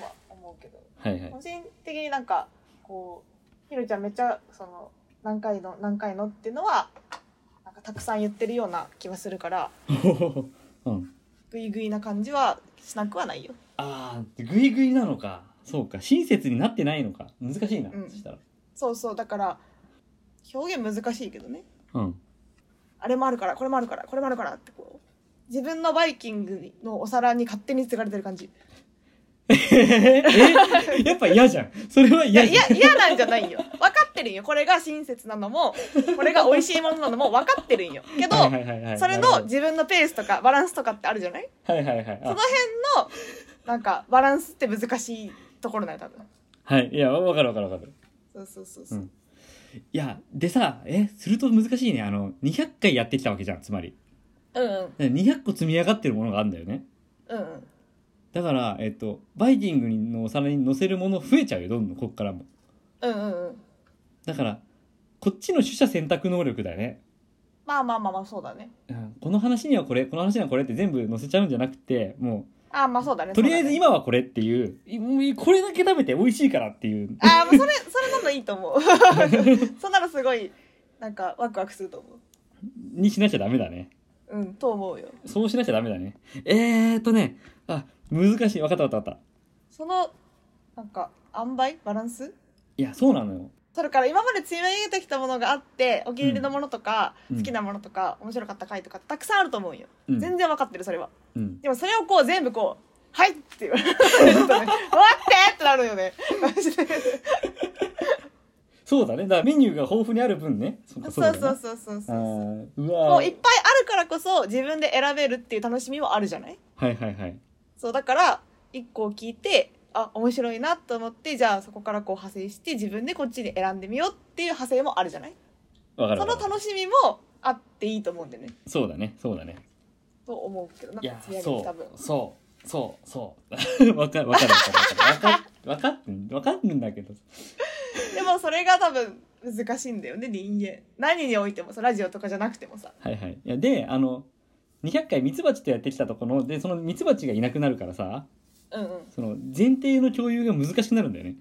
[SPEAKER 3] は思うけど
[SPEAKER 2] はいはい
[SPEAKER 3] 個人的になんかこうひろちゃんめっちゃその何回の何回のっていうのはなんかたくさん言ってるような気はするから
[SPEAKER 2] うん
[SPEAKER 3] グイグイな感じはしなくはないよ
[SPEAKER 2] ああグイグイなのかそうか親切になってないのか難しいな、
[SPEAKER 3] うん
[SPEAKER 2] そしたら
[SPEAKER 3] そうそうだから表現難しいけどね
[SPEAKER 2] うん
[SPEAKER 3] あれもあるからこれもあるからこれもあるからってこう自分のバイキングのお皿に勝手に継がれてる感じ
[SPEAKER 2] え やっぱ嫌じゃん。それはい
[SPEAKER 3] や
[SPEAKER 2] 嫌
[SPEAKER 3] い
[SPEAKER 2] じ
[SPEAKER 3] や
[SPEAKER 2] ゃん。
[SPEAKER 3] 嫌なんじゃないよ分かってるんよこれが親切なのもこれが美味しいものなのも分かってるんよけど、
[SPEAKER 2] はいはいはいはい
[SPEAKER 3] それ
[SPEAKER 2] なるほ
[SPEAKER 3] の
[SPEAKER 2] ど
[SPEAKER 3] 自分のペースとかバランスとかってあるじゃない
[SPEAKER 2] はいはいはい。
[SPEAKER 3] その
[SPEAKER 2] あ
[SPEAKER 3] 辺のなんかバランスって難しいところなんよ多分
[SPEAKER 2] はい。いや、わかるわかるわかる。
[SPEAKER 3] そうそうそうそう、
[SPEAKER 2] うんいや、でさ、え、すると難しいね。あの、200回やってきたわけじゃん、つまり。
[SPEAKER 3] うん、うん
[SPEAKER 2] 200個積み上がってるものがあるんだよね。
[SPEAKER 3] うんうん
[SPEAKER 2] だから、えっと、バイキングのお皿に載せるもの増えちゃうよ、どんどん、こっからも。
[SPEAKER 3] うんうんうん
[SPEAKER 2] だから、こっちの取捨選択能力だよね。
[SPEAKER 3] まあまあまあまあそうだね
[SPEAKER 2] うんこの話にはこれ、この話にはこれって全部載せちゃうんじゃなくて、も
[SPEAKER 3] ああまあそうだね
[SPEAKER 2] う、とりあえず
[SPEAKER 3] そう
[SPEAKER 2] 今はこれっていう、いもうこれだけ食べて美味しいからっていう。
[SPEAKER 3] だね、ああまあそれ それなのいいと 思うそんなのすごいなんかワクワクすると思
[SPEAKER 2] にしなきゃダメだね。
[SPEAKER 3] ううんと思うよ
[SPEAKER 2] そうしなきゃダメだね。えーっとね、あ、難しい。わかったわかったわかった。
[SPEAKER 3] そのなんか塩梅バランス
[SPEAKER 2] いや、そうなのよ。
[SPEAKER 3] それから今まで積み上げてきたものがあってお気に入りのものとか、
[SPEAKER 2] うん
[SPEAKER 3] 好きなものとか面白かった回とかたくさんあると思うよ、
[SPEAKER 2] うん。
[SPEAKER 3] 全然わかってるそれは
[SPEAKER 2] うん。
[SPEAKER 3] でもそれをこう全部こう「はい!」って言 われるとね「待って!」ってなるよねマジで
[SPEAKER 2] そうだね。だからメニューが豊富にある分ね。 そっか
[SPEAKER 3] そうそう
[SPEAKER 2] う
[SPEAKER 3] そうそう
[SPEAKER 2] だ
[SPEAKER 3] そ
[SPEAKER 2] な。
[SPEAKER 3] う
[SPEAKER 2] あーう
[SPEAKER 3] こ
[SPEAKER 2] わ
[SPEAKER 3] ういっ
[SPEAKER 2] ー
[SPEAKER 3] ぱいあるからこそ自分で選べるっていう楽しみもあるじゃない
[SPEAKER 2] はいはいはい。
[SPEAKER 3] そうだから一個を聞いてあ面白いなと思ってじゃあそこからこう派生して自分でこっちに選んでみようっていう派生もあるじゃない
[SPEAKER 2] わかる
[SPEAKER 3] そ
[SPEAKER 2] わ
[SPEAKER 3] の
[SPEAKER 2] かる。
[SPEAKER 3] 楽しみもあっていいと思うんだよね
[SPEAKER 2] そうだね。そうだね。
[SPEAKER 3] と思うけどなん
[SPEAKER 2] い
[SPEAKER 3] か
[SPEAKER 2] や
[SPEAKER 3] 積み、上げ
[SPEAKER 2] そ
[SPEAKER 3] てた分
[SPEAKER 2] う。そう。そう。そう。 わかるわかるわかる。わかるわかってんわかってんだけど。
[SPEAKER 3] でもそれが多分難しいんだよね人間何においてもさラジオとかじゃなくてもさ
[SPEAKER 2] はいはい。いや、で、あの、200回ミツバチとやってきたところで、そのミツバチがいなくなるからさ、
[SPEAKER 3] うんうん
[SPEAKER 2] その前提の共有が難しくなるんだよね。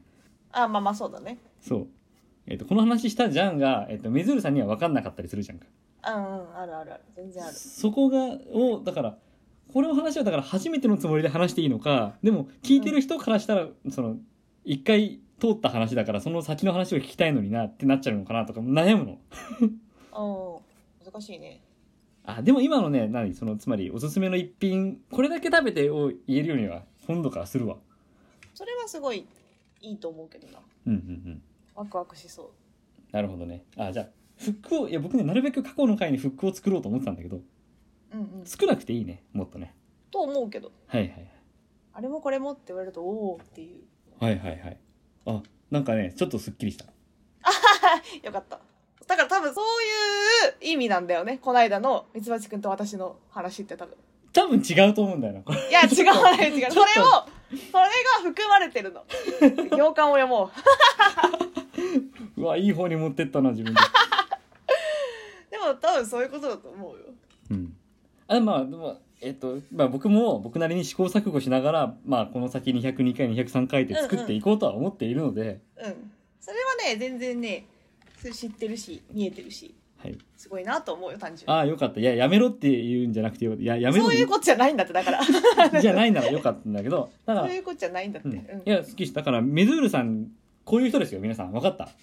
[SPEAKER 3] あまあまあそうだね
[SPEAKER 2] そう。えっ、と、この話したじゃんが、えっ、と、メズールさんには分かんなかったりするじゃんか。
[SPEAKER 3] うんうんあるあるある全然ある
[SPEAKER 2] そこが、を、だから、これを話はだから初めてのつもりで話していいのか、でも、聞いてる人からしたら、その、一回通った話だから、その先の話を聞きたいのになってなっちゃうのかなとか、悩むの。
[SPEAKER 3] うん難しいね
[SPEAKER 2] あ、でも今のね、何その、つまり、おすすめの一品、これだけ食べてを言えるようには、今度からするわ。
[SPEAKER 3] それはすごいいいと思うけどな
[SPEAKER 2] うんうんうん。
[SPEAKER 3] ワクワクしそう
[SPEAKER 2] なるほどねあじゃあフックをいや僕ねなるべく過去の回にフックを作ろうと思ってたんだけど
[SPEAKER 3] うんうん
[SPEAKER 2] 作らなくていいねもっとね
[SPEAKER 3] と思うけど
[SPEAKER 2] はいはい
[SPEAKER 3] あれもこれもって言われるとおおっていう
[SPEAKER 2] はいはいはいあなんかねちょっとすっきりした
[SPEAKER 3] よかっただから多分そういう意味なんだよねこないだのミツバチくんと私の話って多分
[SPEAKER 2] 多分違うと思うんだよなこれ
[SPEAKER 3] いや違うね違う
[SPEAKER 2] ちょっと
[SPEAKER 3] それをそれが含まれてるの行間を読もう
[SPEAKER 2] うわいい方に持ってったな自分で
[SPEAKER 3] でも多分そういうことだと思うよ
[SPEAKER 2] うん、あまあでもえっとまあ、僕も僕なりに試行錯誤しながら、まあ、この先202回203回って作っていこうとは思っているので、
[SPEAKER 3] うんそれはね全然ねそれ知ってるし見えてるし
[SPEAKER 2] はい、
[SPEAKER 3] すごいなと思うよ単純に
[SPEAKER 2] ああよかったいややめろって言うんじゃなくてよいややめろ
[SPEAKER 3] そういうことじゃないんだってだから そ
[SPEAKER 2] じゃないならよかったんだけどだから
[SPEAKER 3] う、いうことじゃないんだって、
[SPEAKER 2] う、
[SPEAKER 3] うんん
[SPEAKER 2] いや好きですだからメズールさんこういう人ですよ皆さん分かったあの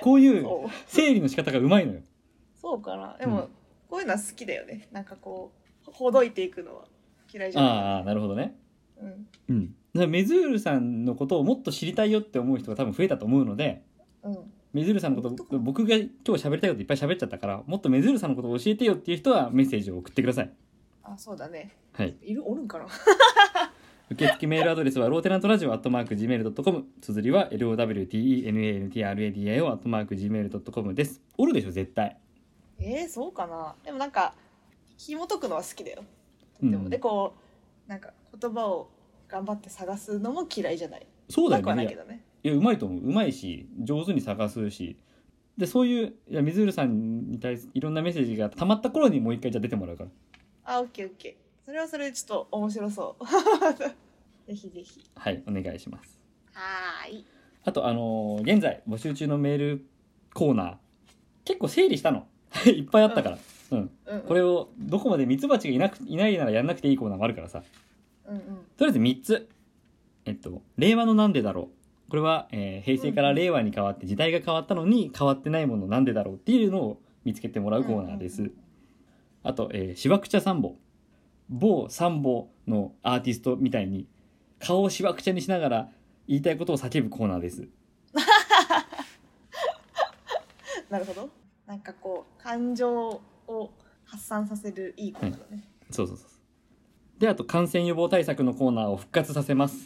[SPEAKER 2] こういう
[SPEAKER 3] そう
[SPEAKER 2] 整理の仕方がうまいのよ
[SPEAKER 3] そうかなで
[SPEAKER 2] う
[SPEAKER 3] も、こういうのは好きだよねなんかこうほどいていくのは嫌いじゃない
[SPEAKER 2] ああなるほどね
[SPEAKER 3] うん
[SPEAKER 2] うんだからメズールさんのことをもっと知りたいよって思う人が多分増えたと思うので
[SPEAKER 3] うん
[SPEAKER 2] メズールさんのこ
[SPEAKER 3] 本当か
[SPEAKER 2] と
[SPEAKER 3] な
[SPEAKER 2] 僕が今日喋りたいこといっぱい喋っちゃったからもっとメズールさんのことを教えてよっていう人はメッセージを送ってください
[SPEAKER 3] あそうだね
[SPEAKER 2] はい
[SPEAKER 3] いるおるんかな
[SPEAKER 2] 受付メールアドレスはローテナントラジオアットマーク Gmail.com 綴りは LOWTENANTRADIO アットマーク Gmail.com ですおるでしょ絶対
[SPEAKER 3] えー、そうかなでもなんか紐解くのは好きだよ
[SPEAKER 2] うん
[SPEAKER 3] でも、でこうなんか言葉を頑張って探すのも嫌いじゃない
[SPEAKER 2] そうだ
[SPEAKER 3] なくは
[SPEAKER 2] よ
[SPEAKER 3] ない
[SPEAKER 2] ね
[SPEAKER 3] けどね
[SPEAKER 2] いやうまいと思ううまいし上手に探すしでそういういやメズールさんに対するいろんなメッセージが溜まった頃にもう一回じゃあ出てもらうから
[SPEAKER 3] あオッケーオッケーそれはそれでちょっと面白そう ぜひぜひ
[SPEAKER 2] はいお願いします
[SPEAKER 3] はーい
[SPEAKER 2] あと、あのー現在募集中のメールコーナー、結構整理したの。 いっぱいあったから。うん。
[SPEAKER 3] うんうん
[SPEAKER 2] これを、どこまでミツバチがいなく、いないならやんなくていいコーナーもあるからさ。
[SPEAKER 3] うんうん
[SPEAKER 2] とりあえず3つ。えっと、令和のなんでだろう。これは、えー平成から令和に変わって時代が変わったのに変わってないものなんでだろうっていうのを見つけてもらうコーナーです。あと、えー、しわくちゃ三ぼ。某三ぼのアーティストみたいに、顔をしわくちゃにしながら言いたいことを叫ぶコーナーです。
[SPEAKER 3] なるほどなんかこう感情を発散させるいいことだね、
[SPEAKER 2] そうそうそうそう。で、あと感染予防対策のコーナーを復活させます。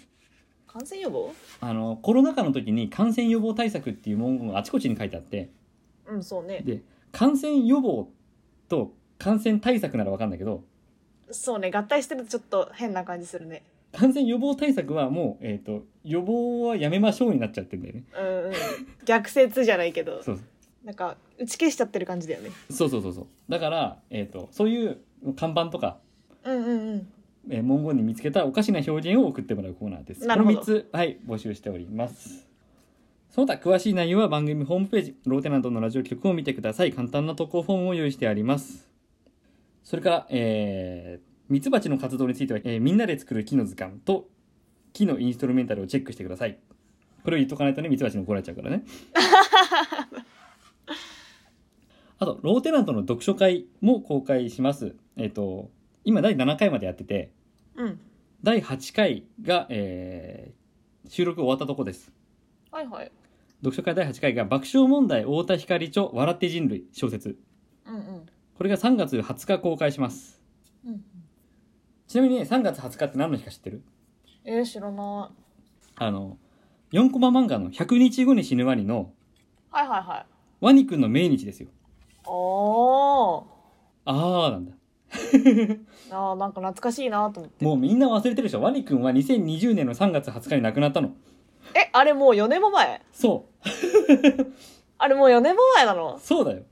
[SPEAKER 3] 感染予防
[SPEAKER 2] あの、コロナ禍の時に感染予防対策っていう文言があちこちに書いてあって、
[SPEAKER 3] うんそうね
[SPEAKER 2] で、感染予防と感染対策ならわかんないけど、
[SPEAKER 3] そうね合体してるとちょっと変な感じするね
[SPEAKER 2] 感染予防対策はもう、えっ、と、予防はやめましょうになっちゃってんだよね。
[SPEAKER 3] うんうん 逆説じゃないけど
[SPEAKER 2] そう
[SPEAKER 3] なんか打ち消しちゃってる感じだよね
[SPEAKER 2] そうそうそうそう。だから、えっ、と、そういう看板とか、
[SPEAKER 3] うんうん
[SPEAKER 2] えー文言に見つけたおかしな表現を送ってもらうコーナーです。
[SPEAKER 3] なるほど
[SPEAKER 2] この3つ、はい、募集しております。その他詳しい内容は番組ホームページ、ローテナントのラジオ局を見てください。簡単な投稿フォームを用意してあります。それから、えー、ミツバチの活動については、えーみんなで作る木の図鑑と、木のインストルメンタルをチェックしてください。これを言っとかないとね、ミツバチに怒られちゃうからね。あと、ローテナントの読書会も公開します。えっ、と、今第7回までやってて、
[SPEAKER 3] うんうん
[SPEAKER 2] 第8回が、えー収録終わったとこです
[SPEAKER 3] はいはい
[SPEAKER 2] 読書会第8回が爆笑問題太田光著笑って人類小説
[SPEAKER 3] うんうん
[SPEAKER 2] これが3月20日公開します
[SPEAKER 3] うん
[SPEAKER 2] ちなみにね3月20日って何の日か知ってる
[SPEAKER 3] えー、知らな
[SPEAKER 2] あの4コマ漫画の「100日後に死ぬワニ」の
[SPEAKER 3] いはいはいはい
[SPEAKER 2] ワニくんの命日ですよ
[SPEAKER 3] おー
[SPEAKER 2] あーなんだ
[SPEAKER 3] あーなんか懐かしいなと思って
[SPEAKER 2] もうみんな忘れてるでしょワニくんは2020年の3月20日に亡くなったの
[SPEAKER 3] えあれもう4年も前
[SPEAKER 2] そ
[SPEAKER 3] あれもう4年も前なの
[SPEAKER 2] うそうだよ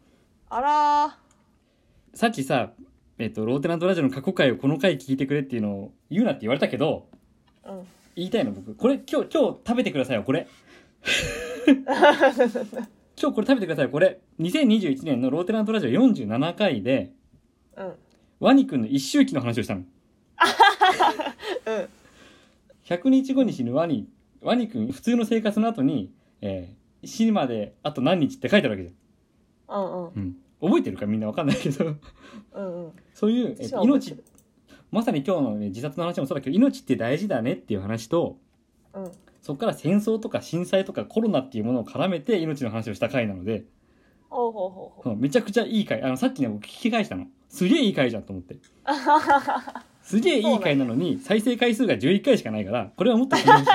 [SPEAKER 3] あらー
[SPEAKER 2] さっきさえっ、とローテナントラジオの過去回をこの回聞いてくれっていうのを言うなって言われたけど
[SPEAKER 3] うん
[SPEAKER 2] 言いたいの僕これ今日今日食べてくださいよ これ今日これ食べてくださいよこれ2021年のローテナントラジオ47回で
[SPEAKER 3] うん
[SPEAKER 2] ワニくんの一周期の話 をしたの
[SPEAKER 3] うん
[SPEAKER 2] 100日後に死ぬワニワニくん普通の生活の後に、えー死ぬまであと何日って書いてあるわけじ
[SPEAKER 3] うんうん
[SPEAKER 2] ゃん、覚えてるかみんなわかんないけど
[SPEAKER 3] うんうん
[SPEAKER 2] そういう、え
[SPEAKER 3] 私
[SPEAKER 2] っと
[SPEAKER 3] は覚えて
[SPEAKER 2] 命
[SPEAKER 3] る
[SPEAKER 2] まさに今日の、ね、自殺の話もそうだけど命って大事だねっていう話と
[SPEAKER 3] うん
[SPEAKER 2] そこから戦争とか震災とかコロナっていうものを絡めて命の話をした回なので、
[SPEAKER 3] ほうほうほうほう。
[SPEAKER 2] うんめちゃくちゃいい回。あの、さっきね、僕聞き返したの。すげえいい回じゃんと 思って。
[SPEAKER 3] あははは
[SPEAKER 2] すげえいい回なのに、再生回数が11回しかないから、これはもっと聞いて ほしい。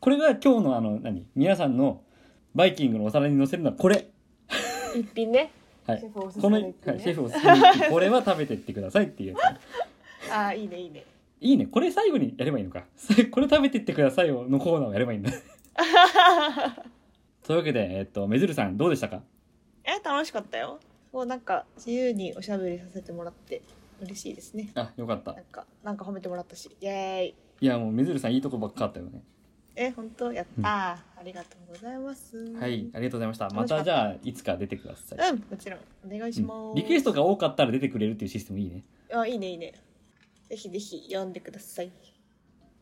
[SPEAKER 2] これが今日のあの、何皆さんのバイキングのお皿に乗せるのはこれ。
[SPEAKER 3] 一品ね。
[SPEAKER 2] はい
[SPEAKER 3] シェフおすす
[SPEAKER 2] この、
[SPEAKER 3] めの
[SPEAKER 2] はい
[SPEAKER 3] 一品、ね。
[SPEAKER 2] シェフおすすめの一品これは食べてってくださいっていうやつ。
[SPEAKER 3] ああ、いいね、いいね。
[SPEAKER 2] いいね。これ最後にやればいいのか。 これ食べてってくださいよのコーナーをやればいいんだ。 というわけで、えっと、めずるさんどうでしたか
[SPEAKER 3] え、楽しかったよ。そう、なんか自由におしゃべりさせてもらって嬉しいですね。
[SPEAKER 2] あ、よかった
[SPEAKER 3] な。んか、なんか褒めてもらったし、イエーイ。
[SPEAKER 2] いや、もうめずるさんいいとこばっかあったよね。
[SPEAKER 3] え、本当やったー、ありがとうございます。
[SPEAKER 2] はい、ありがとうございました。ま
[SPEAKER 3] 楽しかった
[SPEAKER 2] たじゃあ、いつか出てください。
[SPEAKER 3] うん、もちろん、お願いします。
[SPEAKER 2] うんリクエストが多かったら出てくれるっていうシステムいいね。
[SPEAKER 3] あ、いいね、いいね。ぜひぜひ読んでください。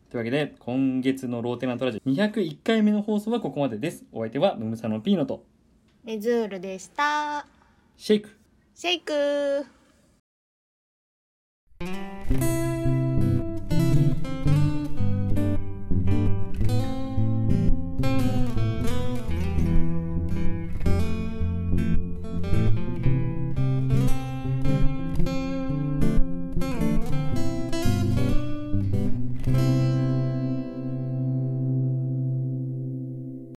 [SPEAKER 2] というわけで、今月のローテナントラジオ201回目の放送はここまでです。お相手は、ムムサノピーノと、
[SPEAKER 3] メズールでした。
[SPEAKER 2] シェイク。
[SPEAKER 3] シェイクー。